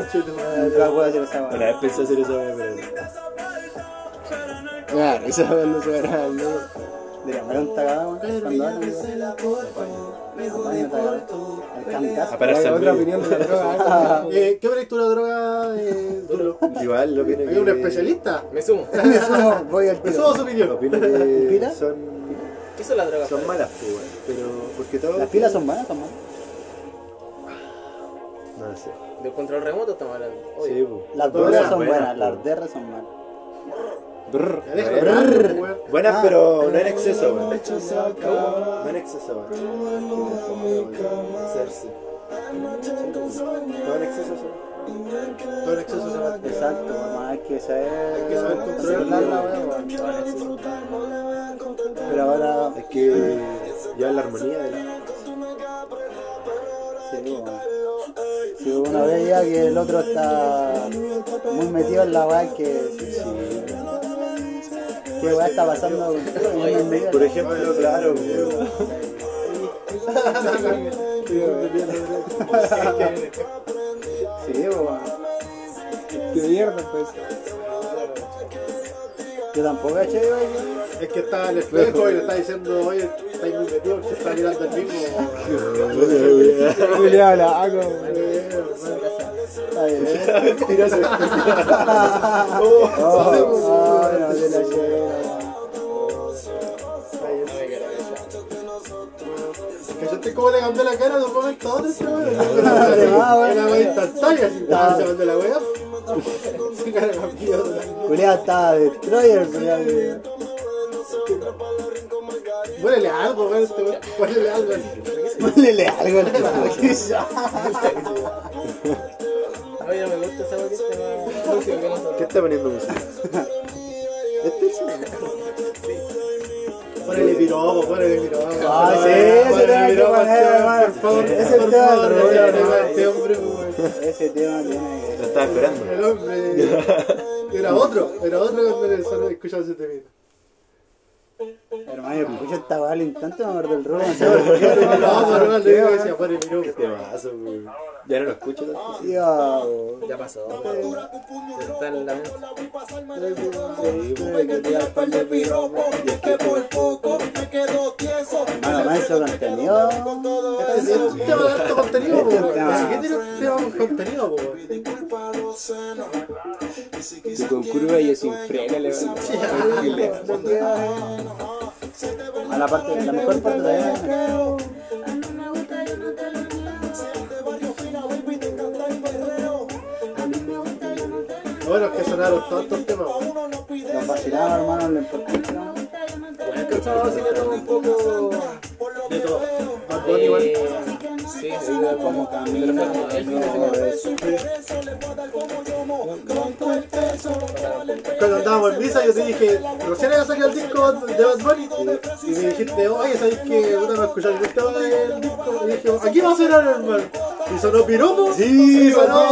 A: conchetumadre.
E: Nunca puedo hacer esa
C: Una
E: weón.
C: vez pensé hacer eh, esa wea, pero.
D: Claro, eso cuando separar al medio.
E: De la gran tagada, weón. Cuando hablan, weón. Acompaña tagada. El
C: A
E: kamikaze.
C: parar
D: Hay
C: San
D: otra
C: Miguel.
D: opinión de la droga. ¿eh?
A: Eh, ¿Qué opinas tú de la droga, eh, Duro?
C: Igual lo opino
A: ¿Hay
C: que-
A: un especialista?
B: Me sumo.
E: Me sumo, voy al
A: Me
E: tiro.
A: subo a su opinión.
C: Opino que
E: ¿Pila?
C: son,
B: ¿Qué son las drogas?
C: son malas, pues, weón. Pero porque todo.
E: Las pilas son buenas, son malas.
C: No sé.
B: Del control remoto estamos hablando.
C: Sí,
B: Obvio.
C: pues.
E: Las
C: Todas
E: drogas
C: son
E: son buenas,
C: buenas, pues.
E: las derras son malas.
D: Brr.
A: Ya déjalo hablar, pues, weón.
C: Buenas,
E: Ah.
C: pero no en exceso, weón. No en exceso, weón. Hacerse. No en exceso, sí.
A: Todo el exceso se va.
E: Exacto, hermano, hay que saber.
A: Hay que saber controlarla,
E: controlarla, weón. Pero ahora.
C: Es que ya la armonía de la.
E: Sí, weón. Si uno ve ya que el otro está muy metido en la weá que. ¿Qué weá está pasando? Yo no me meto.
C: Por ejemplo, claro, weón.
E: Sí, weón.
D: De mierda, pues.
E: Yo tampoco caché, weón.
A: Es que está el espejo y le está diciendo, oye, estáis muy metido, se está mirando el mismo.
D: Julián, la hago.
E: Está bien, ¿eh?
A: Oh,
E: Oh, no, de la llena.
A: ¿Cachaste cómo le cambió la cara de un momento a otro este weón?
E: Ah, bueno.
A: Era más instantánea, si estaba
E: Ah.
A: llamando la weá. Su cara cambió.
E: Julián está destroyer, Julián.
A: Ponele algo, weón, este weón. Ponele algo.
E: Ponele algo al cabrón.
B: Oye, no me gusta esa bolita, más Lucio, que no se-
C: ¿Qué está poniendo música? ¿Este es
A: Ponele piropo, ponele piropo.
E: Ah, sí, ese
A: Ponele
E: tema hay que
A: piropo,
E: poner,
A: este weón,
E: hermano.
A: Por favor,
E: Ese
A: por
E: tema del
A: favor,
E: rollo,
A: ese tema,
E: hermano.
A: este hombre, weón.
E: Ese tema tiene
C: Lo estaba esperando.
A: El hombre. Era otro, era otro cuando le solo escuchaba ese
E: (laughs)
A: temita.
E: que. Hermano, yo escucho esta weá al instante, me acuerdo el robo.
H: (laughs)
A: No, no, no, le digo que decía, ponele piropo.
C: Temazo, güey. Ya no lo escucho tanto.
E: Sí, ah, weón.
H: Ya pasó. Está en la mente.
I: Y es que por poco me quedo tieso.
E: Mano, Ah, más eso contenido.
A: Es un tema de alto contenido, po, weón.
E: Ah.
A: Así que tiene un tema con contenido, po, weón.
I: Disculpa los senos.
D: Y con curva y sin freno, le
E: A la parte, la mejor parte de la
A: Bueno, es que sonaron todos estos temas, po.
E: Nos vacilaba, hermano, lo importante. ¿no?
B: Bueno, que estaba vacilando un poco.
A: de todo. Bad Bunny,
B: Eh,
A: igual.
B: Sí, sí, como cambia.
A: Cuando andábamos en misa, yo te dije, recién había sacado el disco de Bad Bunny. Y me dijiste, oye, ¿sabes que Una vez escuchar el tema del disco. Y dije, aquí va a sonar, hermano. Y sonó Piropo.
E: Sí,
A: y sonó,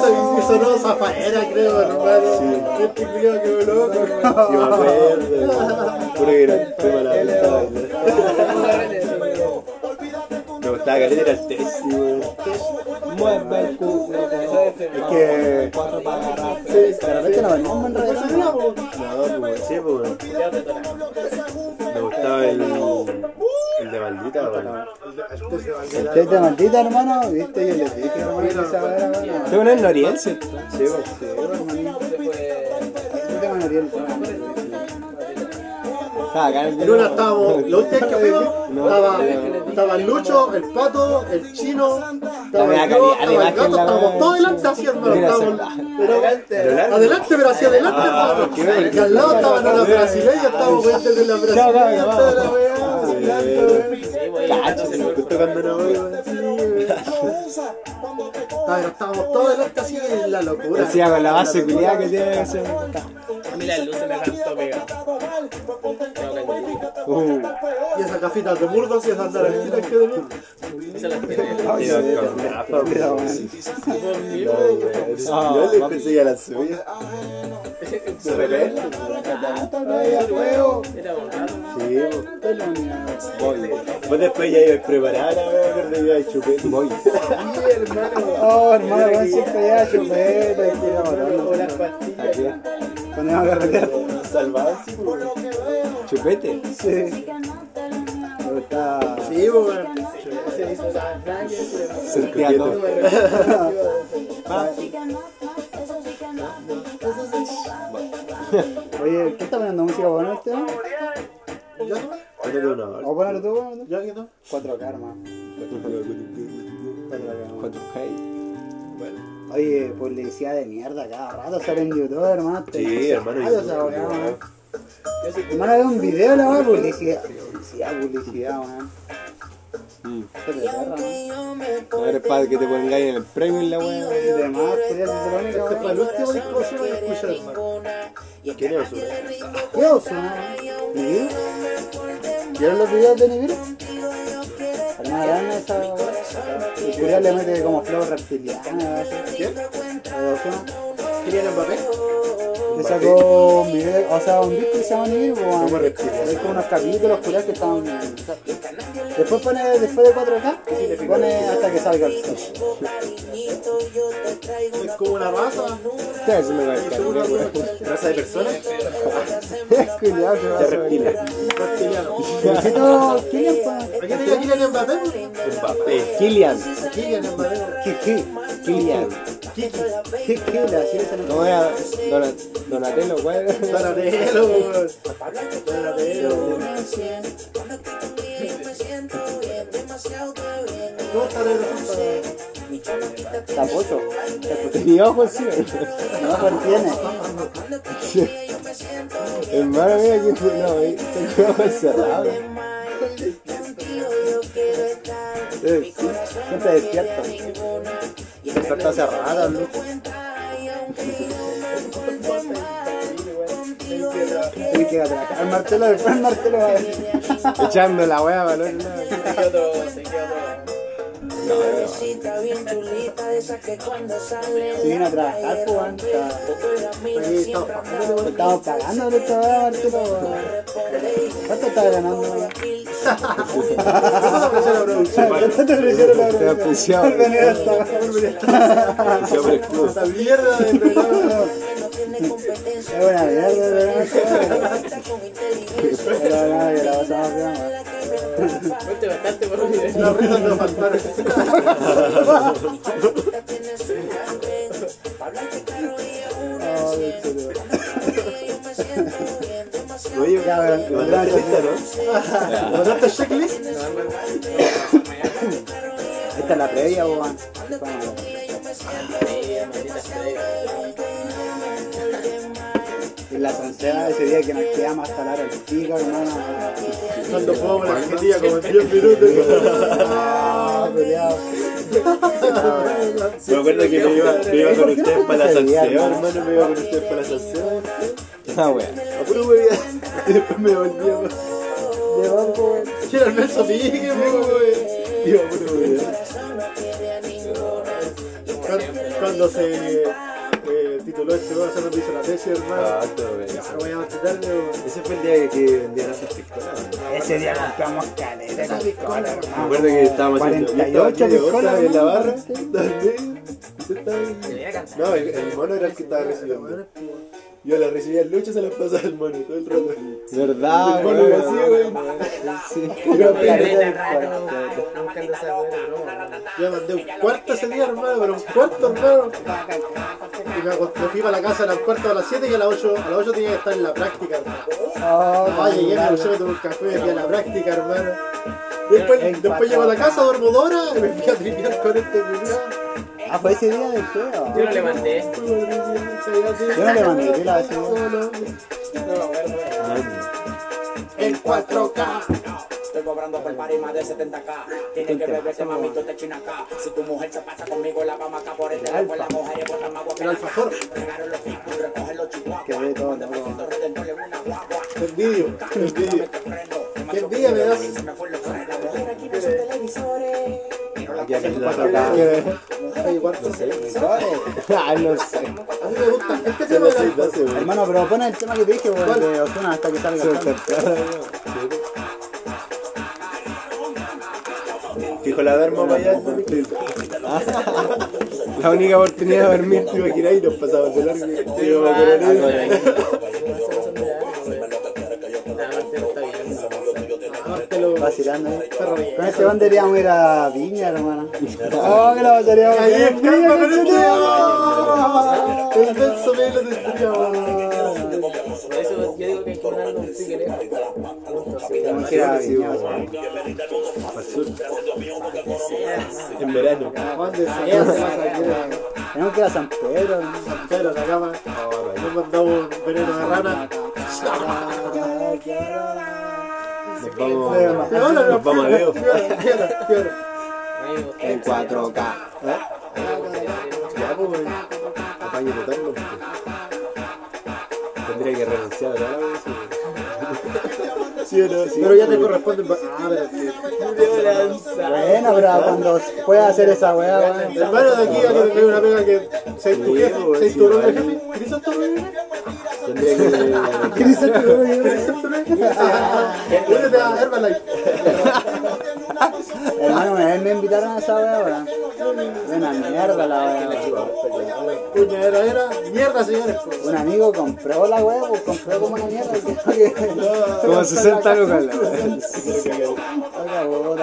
E: sonó.
A: y sonó Zafaera, creo, hermano. Este culiao que me loco, hermano.
C: Sí, me acuerdo. Puro que era el tema de la pista, Me gustaba caleta, era el taxi, güey.
E: Es que. Sí, de repente nos venimos un buen
A: Pues
E: regalo.
A: sonaba, po.
C: No, güey, sí, güey. Me gustaba el. El de maldita, güey.
E: El test de maldita, hermano, viste, yo les dije, hermano, que esa weá era buena.
D: Tengo una noriense.
C: Sí, güey. Sí, güey.
E: El tema de Ariel, hermano.
D: Ah, acá en
A: En una estábamos, la última vez que fuimos, estaba, estaba el Lucho, el Pato, el Chino, estaba
D: Había
A: el yo,
D: calidad de
A: estaba el
D: imagen,
A: gato,
D: la
A: estábamos
D: verdad.
A: todos adelante así, hermano.
D: Mira,
A: estábamos-
C: Adelante.
A: Adelante, pero hacia adelante,
C: Ah,
A: hermano.
C: qué bien.
A: Y al lado estaban a la brasileña, estábamos viendo de la brasileña,
D: Ya,
A: estaba la
D: vamos.
A: weá, adelante, weá.
B: Sí, güey, gato se lo-
C: Justo cuando no voy, güey.
A: Pero estábamos todos adelante así en la locura.
D: Decía con la base culiada que tiene ese.
B: A mí las luces me encantó pegar.
D: Uh,
A: Y esas gafitas de murdos y esas naranjitas que de mí.
B: Esas las tiene.
C: Iba con gafas, güey. No, güey. Yo le pensé que era la suya. Ah, ¿Se repente?
B: Era un rato.
C: Sí, güey. Voy, güey. Vos después ya ibas preparada, güey, cuando ibas chupando. Voy.
E: Oh, hermano, weón, siempre ya pues, eh. chupeta, y tira botón.
C: Aquí.
E: Cuando íbamos a carretear,
C: Salvado, sí, güey.
D: chupete.
E: sí. Pero está.
A: Sí, pues, weón.
D: Surtea todo.
E: Oye, ¿qué está poniendo música buena este? weón?
C: Ponele una hora.
E: ¿O ponerlo tú, weón?
A: ¿Ya que no?
E: 4K, hermano. 4K, hermano.
D: 4K.
E: Oye, publicidad de mierda cada rato sale en YouTube, hermano. Te
C: Sí,
E: dice,
C: hermano,
E: "Ay,
C: YouTube,
E: o sea, weón,
C: weón".
E: weón". Hermano, ve un video la weón, publicidad. Publicidad, publicidad, weón.
C: Mm.
E: Qué de perra, ¿no?
D: A ver, padre, que te pongáis en el premio en la wea.
E: Y demás, pues, podría ser lo
A: Este
E: único,
A: fue el
E: weón.
A: último disco que yo escuché, hermano.
C: ¿Quién es Ozuna?
E: ¿Qué oso, weón? ¿Nibiru? ¿Vieron los videos de Nibiru? Hermano, vean esa weón. El culiao le mete como flow reptiliano, weón.
A: ¿Quién?
E: ¿Qué oso?
A: ¿Querían Mbappé?
E: Le sacó un video, o sea, un disco que se llama Nigir, weón.
C: Somos reptiles.
E: Es como unos capítulos culiados que estaban. Después pone, después de 4K, pone hasta que salga el sol.
A: Es como una raza.
D: Ustedes me van a
A: Es una raza.
C: ¿Raza de personas?
E: Es culiado, que va a
C: De
E: ser.
C: reptiles.
A: Reptiliano.
E: Necesito Kylian, pa.
A: Aquí tenía Kylian Mbappé. pues.
C: Mbappé.
D: Kilian.
A: Kylian Mbappé.
E: Kiki.
D: Kilian.
A: Kiki.
E: Kiki, le hacía esa
D: ¿Cómo era? Dona- Donatello, güey.
A: Donatello, weón. Donatello, weón. ¿Cómo está la respuesta?
E: Tapoto.
D: Tenía ojos, sí.
E: No, ¿cuál tiene?
D: Hermano mío, que fue- no, eh, tenía ojos cerrados.
E: Sí,
D: Eh,
E: sí. Siempre despierto.
D: Puerta cerrada, ¿no?
E: Tiene que atracar. El martelo, después el martelo va a decir.
D: Echando la hueá para el otro lado.
B: Se queda otro, se queda otro.
E: Si viene a trabajar, pues, weón, está- Estamos pagando de esta weá, Martelo, weón. ¿Cuánto estás ganando, weón?
A: ¿Cómo se ofreció la producción?
E: ¿Cuánto te ofrecieron la
D: Te
E: verdad?
D: apreciaba.
E: Por venir hasta acá.
C: Se abre el club.
A: Esta mierda de programa.
E: Es buena mierda, weón. Pero no, que la pasamos bien, weón.
B: Fuiste bastante por un video.
A: Las risas no faltaron.
E: Oh,
C: Oye,
E: Ya, weón,
C: ¿me mandaste
E: gracias,
C: lista, no?
A: ¿Mandaste checklist?
E: Esta es la previa, weón. Y la transeada ese día que nos quedamos hasta la hora del pico, hermano.
A: Cuando jugamos la Argentina como en 10 minutos.
E: Ah, peleado.
C: Me acuerdo que me iba, me iba con ustedes para la
E: Sí,
C: salseo,
E: hermano.
C: hermano. Me iba con ustedes para la salseo.
D: Ah, wea.
C: A puro huevía. Y después me volví a...
A: Quiero el beso pique, weón.
C: Iba a puro huevía.
A: Cuando- Cuando se eh, tituló este weón, se nos hizo la tesis, hermano.
C: Ah, todo bien.
A: Ya, weón, antes tarde, weón.
C: Ese fue el día que vendían esas pistolas.
E: Ese día compramos caleta de cola, hermano.
C: Me acuerdo que estábamos haciendo. yo estaba
E: 48
C: aquí de
E: piscolas,
C: otra en la
E: ¿no?
C: barra. estaba en medio, yo estaba en- No, el, el mono era el que estaba recibiendo. Yo la recibía el lucho, se la pasaba al mono todo el rato.
A: Ah,
D: ¿Verdad,
C: El mono lo hacía,
D: güey?
C: weón.
A: Yo mandé un cuarto ese día, hermano, pero un cuarto, hermano. Y me, acosté- me fui para la casa a las cuarto a las 7 y a las 8, a las 8 tenía que estar en la práctica, hermano. Ah, llegué, me puse, me tomé un café, me fui a la práctica, hermano. Después, después llego a la casa, duermo dos horas y me fui a tripear con este culiao.
E: Ah, fue ese día del juego.
B: Yo no le mandé.
E: Yo no le mandé, yo la dejé.
A: En 4K.
I: Estoy cobrando por party más de 70k. Tienes que beberse mamito te china acá. Si tu mujer se pasa conmigo, la vamos acá por el teléfono. La mujer es botan más agua que
A: El
I: la
A: alfajor.
I: Regaron los picos, recogen los chihuahuas.
E: Que ve todo, weón.
I: Cuando redentor le una guagua.
A: Te envidio, te envidio. Te envidia me das.
I: Se me fue lo fuera la mujer aquí.
C: Aquí en el
A: Para acá.
C: lado.
A: Oye, cuarto.
D: Ah, no sé.
A: A mí me gusta. Es que se
C: Yo
A: me
C: no soy doce, weón.
E: Hermano, pero pon el tema que te dije, weón, de Ozuna hasta que salga. el sol.
C: Fijo la duermo para allá.
D: La única oportunidad de dormir.
C: Te imaginas y nos pasamos de largo. Te iba a
B: Ah,
C: coronar.
A: Dártelo.
E: Vacilando, ¿eh? Con este van deberíamos ir a Viña, hermano. Oh, que la pasaría
A: Ahí es
E: bien.
A: calma, pero es que- El beso me lo tendría, weón.
B: Por eso yo digo que hay que mandarle un sticker, eh.
E: Tenemos que ir a Viña, weón.
C: Al sur. En verano.
A: Juan de Santiago se pasa aquí,
E: Tenemos que ir a San Pedro, hermano.
A: San Pedro, la cama. Nos mandamos un veneno de (laughs) rana.
C: Nos vamos. Nos vamos a Leo.
A: Fiola, fiola, fiola.
B: Ahí vos
D: En 4K.
C: Ya, pues, weón. Apaño total, no, pues. Tendría que renunciar a la vez. Sí, o no, sí.
A: Pero ya te corresponde. un ba- Ah, pero es que-
E: Bueno, pero cuando pueda hacer esa weá, weón.
A: Hermano, de aquí a que te pegue una pega que seis tu jefe, seis tu propio jefe. ¿Qué son tus
C: Tendría que.
E: ¿Qué dice el weón?
A: (laughs) Únete a Herbalife.
E: Hermano, una vez me invitaron a esa wea, weón. De Una mierda la wea. weón.
A: Puñadera era. Mierda, señores.
E: Un amigo compró la wea, pues compró como una mierda. y creo que-
D: Como 60 lucas la wea.
E: Oiga, puta, la wea, weón.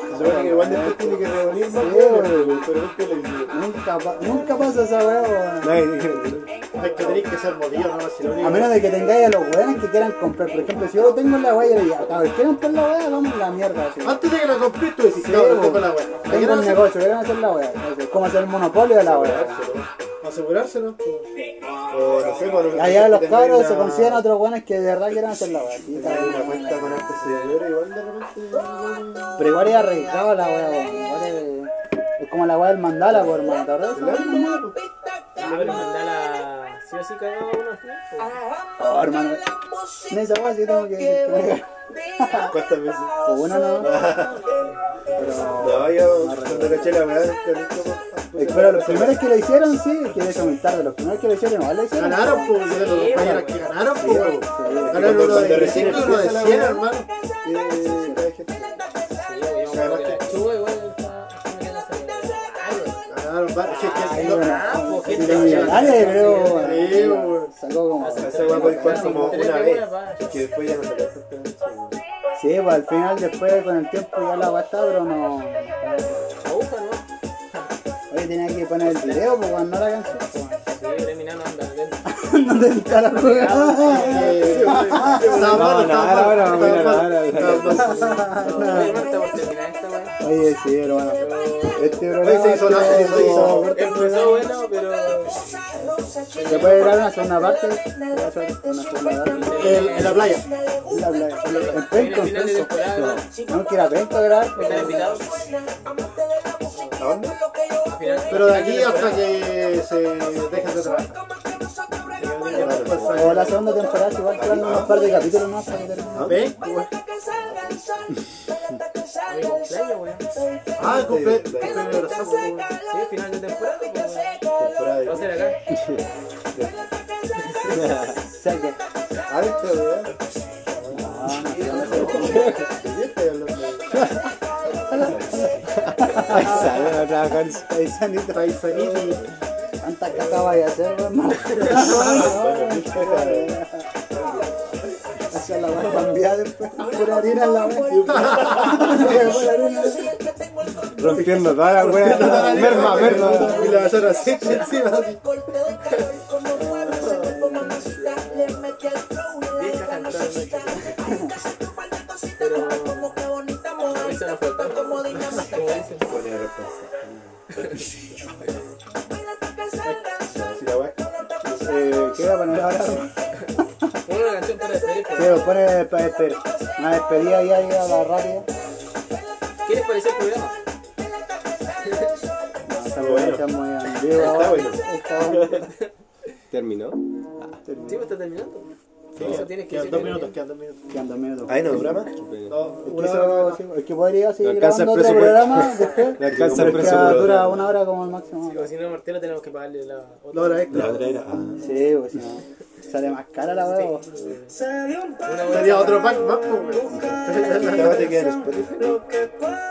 A: Se supone que igual después tiene que reunir más,
E: Sí,
A: weón, pero nunca lo hicieron.
E: Nunca, pa- nunca pasa esa wea, weón.
A: Es que tenéis que ser movido, ¿no? Si lo único-
E: A menos de que tengáis a los weones que quieran comprar. Por ejemplo, si yo tengo la wea, yo le digo, a ver, ¿quieren comprar la wea? Vamos a la mierda. así.
A: Antes de que la compré, tú decís,
E: Sí,
A: cabrón,
E: weón.
A: tengo la weá. ¿La
E: Tengo
A: quiero
E: un
A: hacer?
E: negocio, quieren hacer la wea. Entonces, ¿Cómo hacer el monopolio de la wea?
A: Asegurárselo. O no sé, por-
E: Allá los
A: tener
E: cabros
A: una-
E: se consiguen otros weones que de verdad quieran hacer la wea. sí,
A: tener
E: cabrón.
A: una cuenta con antecedores, igual de repente. weón.
E: Pero igual es arriesgado la wea, weón. Igual es- Es como la wea del mandala, por hermano, ¿te acuerdas?
A: Claro, no, pues.
B: Ah, pero mandala. Sí o sí cagaba una, ¿sí?
E: Oh, hermano. En esa wea sí tengo que... que me-
A: ¿Cuántas veces?
E: (laughs) o una no.
A: No,
C: pues,
A: yo cuando caché la weá, nunca, nunca más.
E: Eh, Pero los primeros que lo hicieron, sí, quiero comentar, de los primeros que lo hicieron, igual lo hicieron.
A: Ganaron, pues, de los compañeros que ganaron, pues, weón. Ganaron
C: Cuando-
A: uno de
C: cuando recién
A: 25 y uno de
C: empieza la
A: 100,
C: weá.
A: hermano. Eh, hay gente-
B: Sí, yo me acuerdo que la chuve, igual, estaba- Ay,
A: Ganaron varios. Sí, que-
E: Ahí,
A: no,
E: weón.
B: pues,
E: Sí,
B: gente
E: tengo millonaria, creo, weón.
A: Sí, pues. weón.
E: Sacó como.
C: Esa weá puede jugar como
B: tres
C: una
B: de
C: vez.
B: una, pa.
C: Que después ya no se puede hacer.
E: Sí, pues al final, después con el tiempo ya la guasta, pero no.
B: Aguja, ¿no?
E: Oye, tenía que poner el video, pues cuando la canción. pues.
B: Sí, yo le miraba, no, anda, ven.
E: (laughs) No te entra la jugada.
A: Estaba malo,
D: no,
A: estaba malo,
D: ahora, ahora,
A: estaba
D: ahora,
A: malo, estaba malo.
B: Oye, hermano, está por terminar esta, weón.
E: Oye, sí, hermano. Este
A: Hoy
E: programa
A: se hizo la- se hizo- se hizo
E: estuvo-
A: corto.
B: Empezó bueno, pero.
E: se puede grabar una segunda parte. Se puede hacer una segunda parte.
A: En en la playa.
E: La- la- En
B: Viene
E: Penco,
B: el final de
E: entonces.
B: temporada, weón.
E: No quiero a Penco grabar.
B: ¿Están
E: porque-
B: invitados?
C: ¿A dónde?
B: Final-
A: Pero de aquí hasta que se dejen de trabajar.
E: O la segunda temporada, igual que un par de capítulos más para que termine.
A: ¿Ven?
B: A mi cumpleaños, weón.
A: Ah, el cumple.
C: Sí,
A: el cumple de los sapos, weón.
B: Sí, final de temporada, pues, weón.
C: Temporada de-
B: Va a ser acá.
E: O sea que.
C: Ah, esta weá.
A: ¿De qué estoy hablando?
D: Ay, sale a trabajar.
E: Paisanito.
A: Paisanito.
E: Tanta caca vaya a hacer, hermano. Esa la va a cambiar después. Pura harina en la vez. Pura
A: (laughs)
E: (laughs) harina.
D: Rompiendo toda la wea. Merma, merma.
A: Y la vas a hacer así, encima, así.
B: Eso no fue tanto. Como dicen.
C: Pone respuesta. No, si
E: Eh, ¿Qué voy
C: la weá-
E: a poner ahora?
B: Pon una canción para despedir, pues.
E: Sí, pues pone despe- despe- una despedida ahí, ahí a la radio.
B: ¿Qué les pareció el programa?
E: No, esa weá está muy ambigua ahora. Está bueno.
D: Terminó.
B: Sí, pues está terminando. Sí, eso tienes que
A: Quedan
B: decir
A: dos
B: que-
A: minutos, quedan dos minutos.
E: Quedan dos minutos.
C: Ahí no dura más.
A: No,
E: Es que
A: una
E: eso-
A: hora más.
E: sí, Es que podría seguir
D: No alcanza el
E: grabando otro
D: presupuesto.
E: programa después.
D: Le alcanza el
E: Porque ya
D: presupuesto.
E: dura una hora como el máximo.
B: Sí, o si no, Martelo, tenemos que pagarle la otra.
A: La hora extra.
C: La otra era. ah.
E: Sí, pues si no. Sale más cara la huevo.
B: Una buena-
A: Sería otro pack más, pues,
C: Esta weá te queda en Spotify.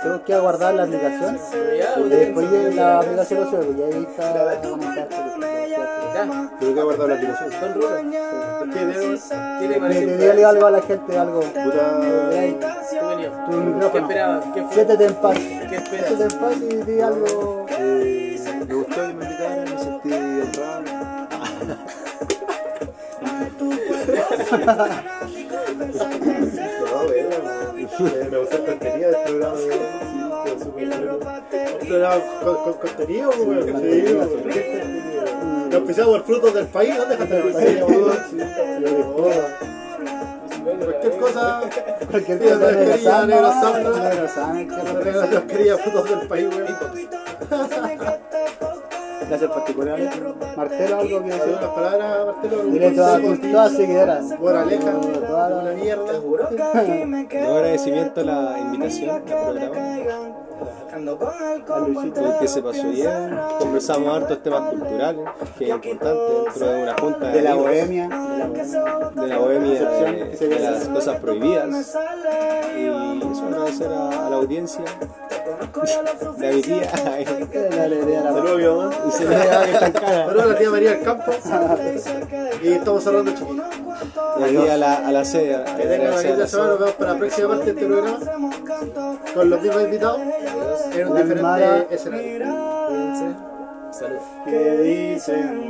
E: Tengo que guardar la aplicación.
B: Pero ya,
E: Porque
B: weón.
E: después de la aplicación lo sube, porque ahí está conectado.
B: Ya,
C: Tengo que guardar la aplicación.
B: son rulas.
A: weón. ¿Qué debo?
B: ¿Qué le
E: Dile-
B: pareció? el
E: Dile
B: programa?
E: algo a la gente, algo. Drake,
B: Tú venías.
E: Tu
B: ¿Qué
E: micrófono.
B: esperabas? ¿Qué fue?
E: Siéntete en paz.
B: ¿Qué esperas?
E: Siéntete en paz y di algo.
C: Eh, Me gustó que me invitaran, me sentí honrado. No, weón. Me gustó el contenido del programa. weón. Sí, fue súper bueno.
A: Era con, con contenido, weón. Sí, weón. ¿Qué contenido? Lo empezamos por frutos del país, ¿dónde dejaste el país, Cualquier cosa,
E: Cualquier
A: Dile a
E: cosa
A: la
E: negro
A: querida
E: sana.
A: Negro Sandra.
E: Negro sana,
A: no
E: que-
A: regalas las queridas frutos del país, weón.
E: Gracias particulares.
A: (laughs)
E: Martelo, algo que
A: Si
E: decir.
A: unas palabras, Martelo,
E: Dile a todas tus todas seguidoras.
A: Moraleja,
E: Todas las-
A: una mierda. (laughs)
D: Un agradecimiento a la invitación al programa.
I: Ando con
D: a
I: alcohol por
D: Luisito del que se pasó bien. Conversamos hartos temas culturales, que es importante dentro de una junta
E: De la
D: amigos,
E: bohemia.
D: de la bohemia, de, de las cosas prohibidas. Y eso agradecer a, a la audiencia, de a mi tía, (laughs)
A: Saludos, mi mamá.
D: y se me da que están caras.
A: Saludos a la tía María del Campo. y estamos cerrando, chiquillos.
D: Y aquí a la, a la sede, a-
A: Que tengan una
D: agradecer a
A: linda
D: la
A: semana. Nos
D: sede.
A: vemos para la próxima parte de este programa. Con los mismos invitados. En un
E: Las malas-
A: diferente escenario.
B: Salud.
E: que dicen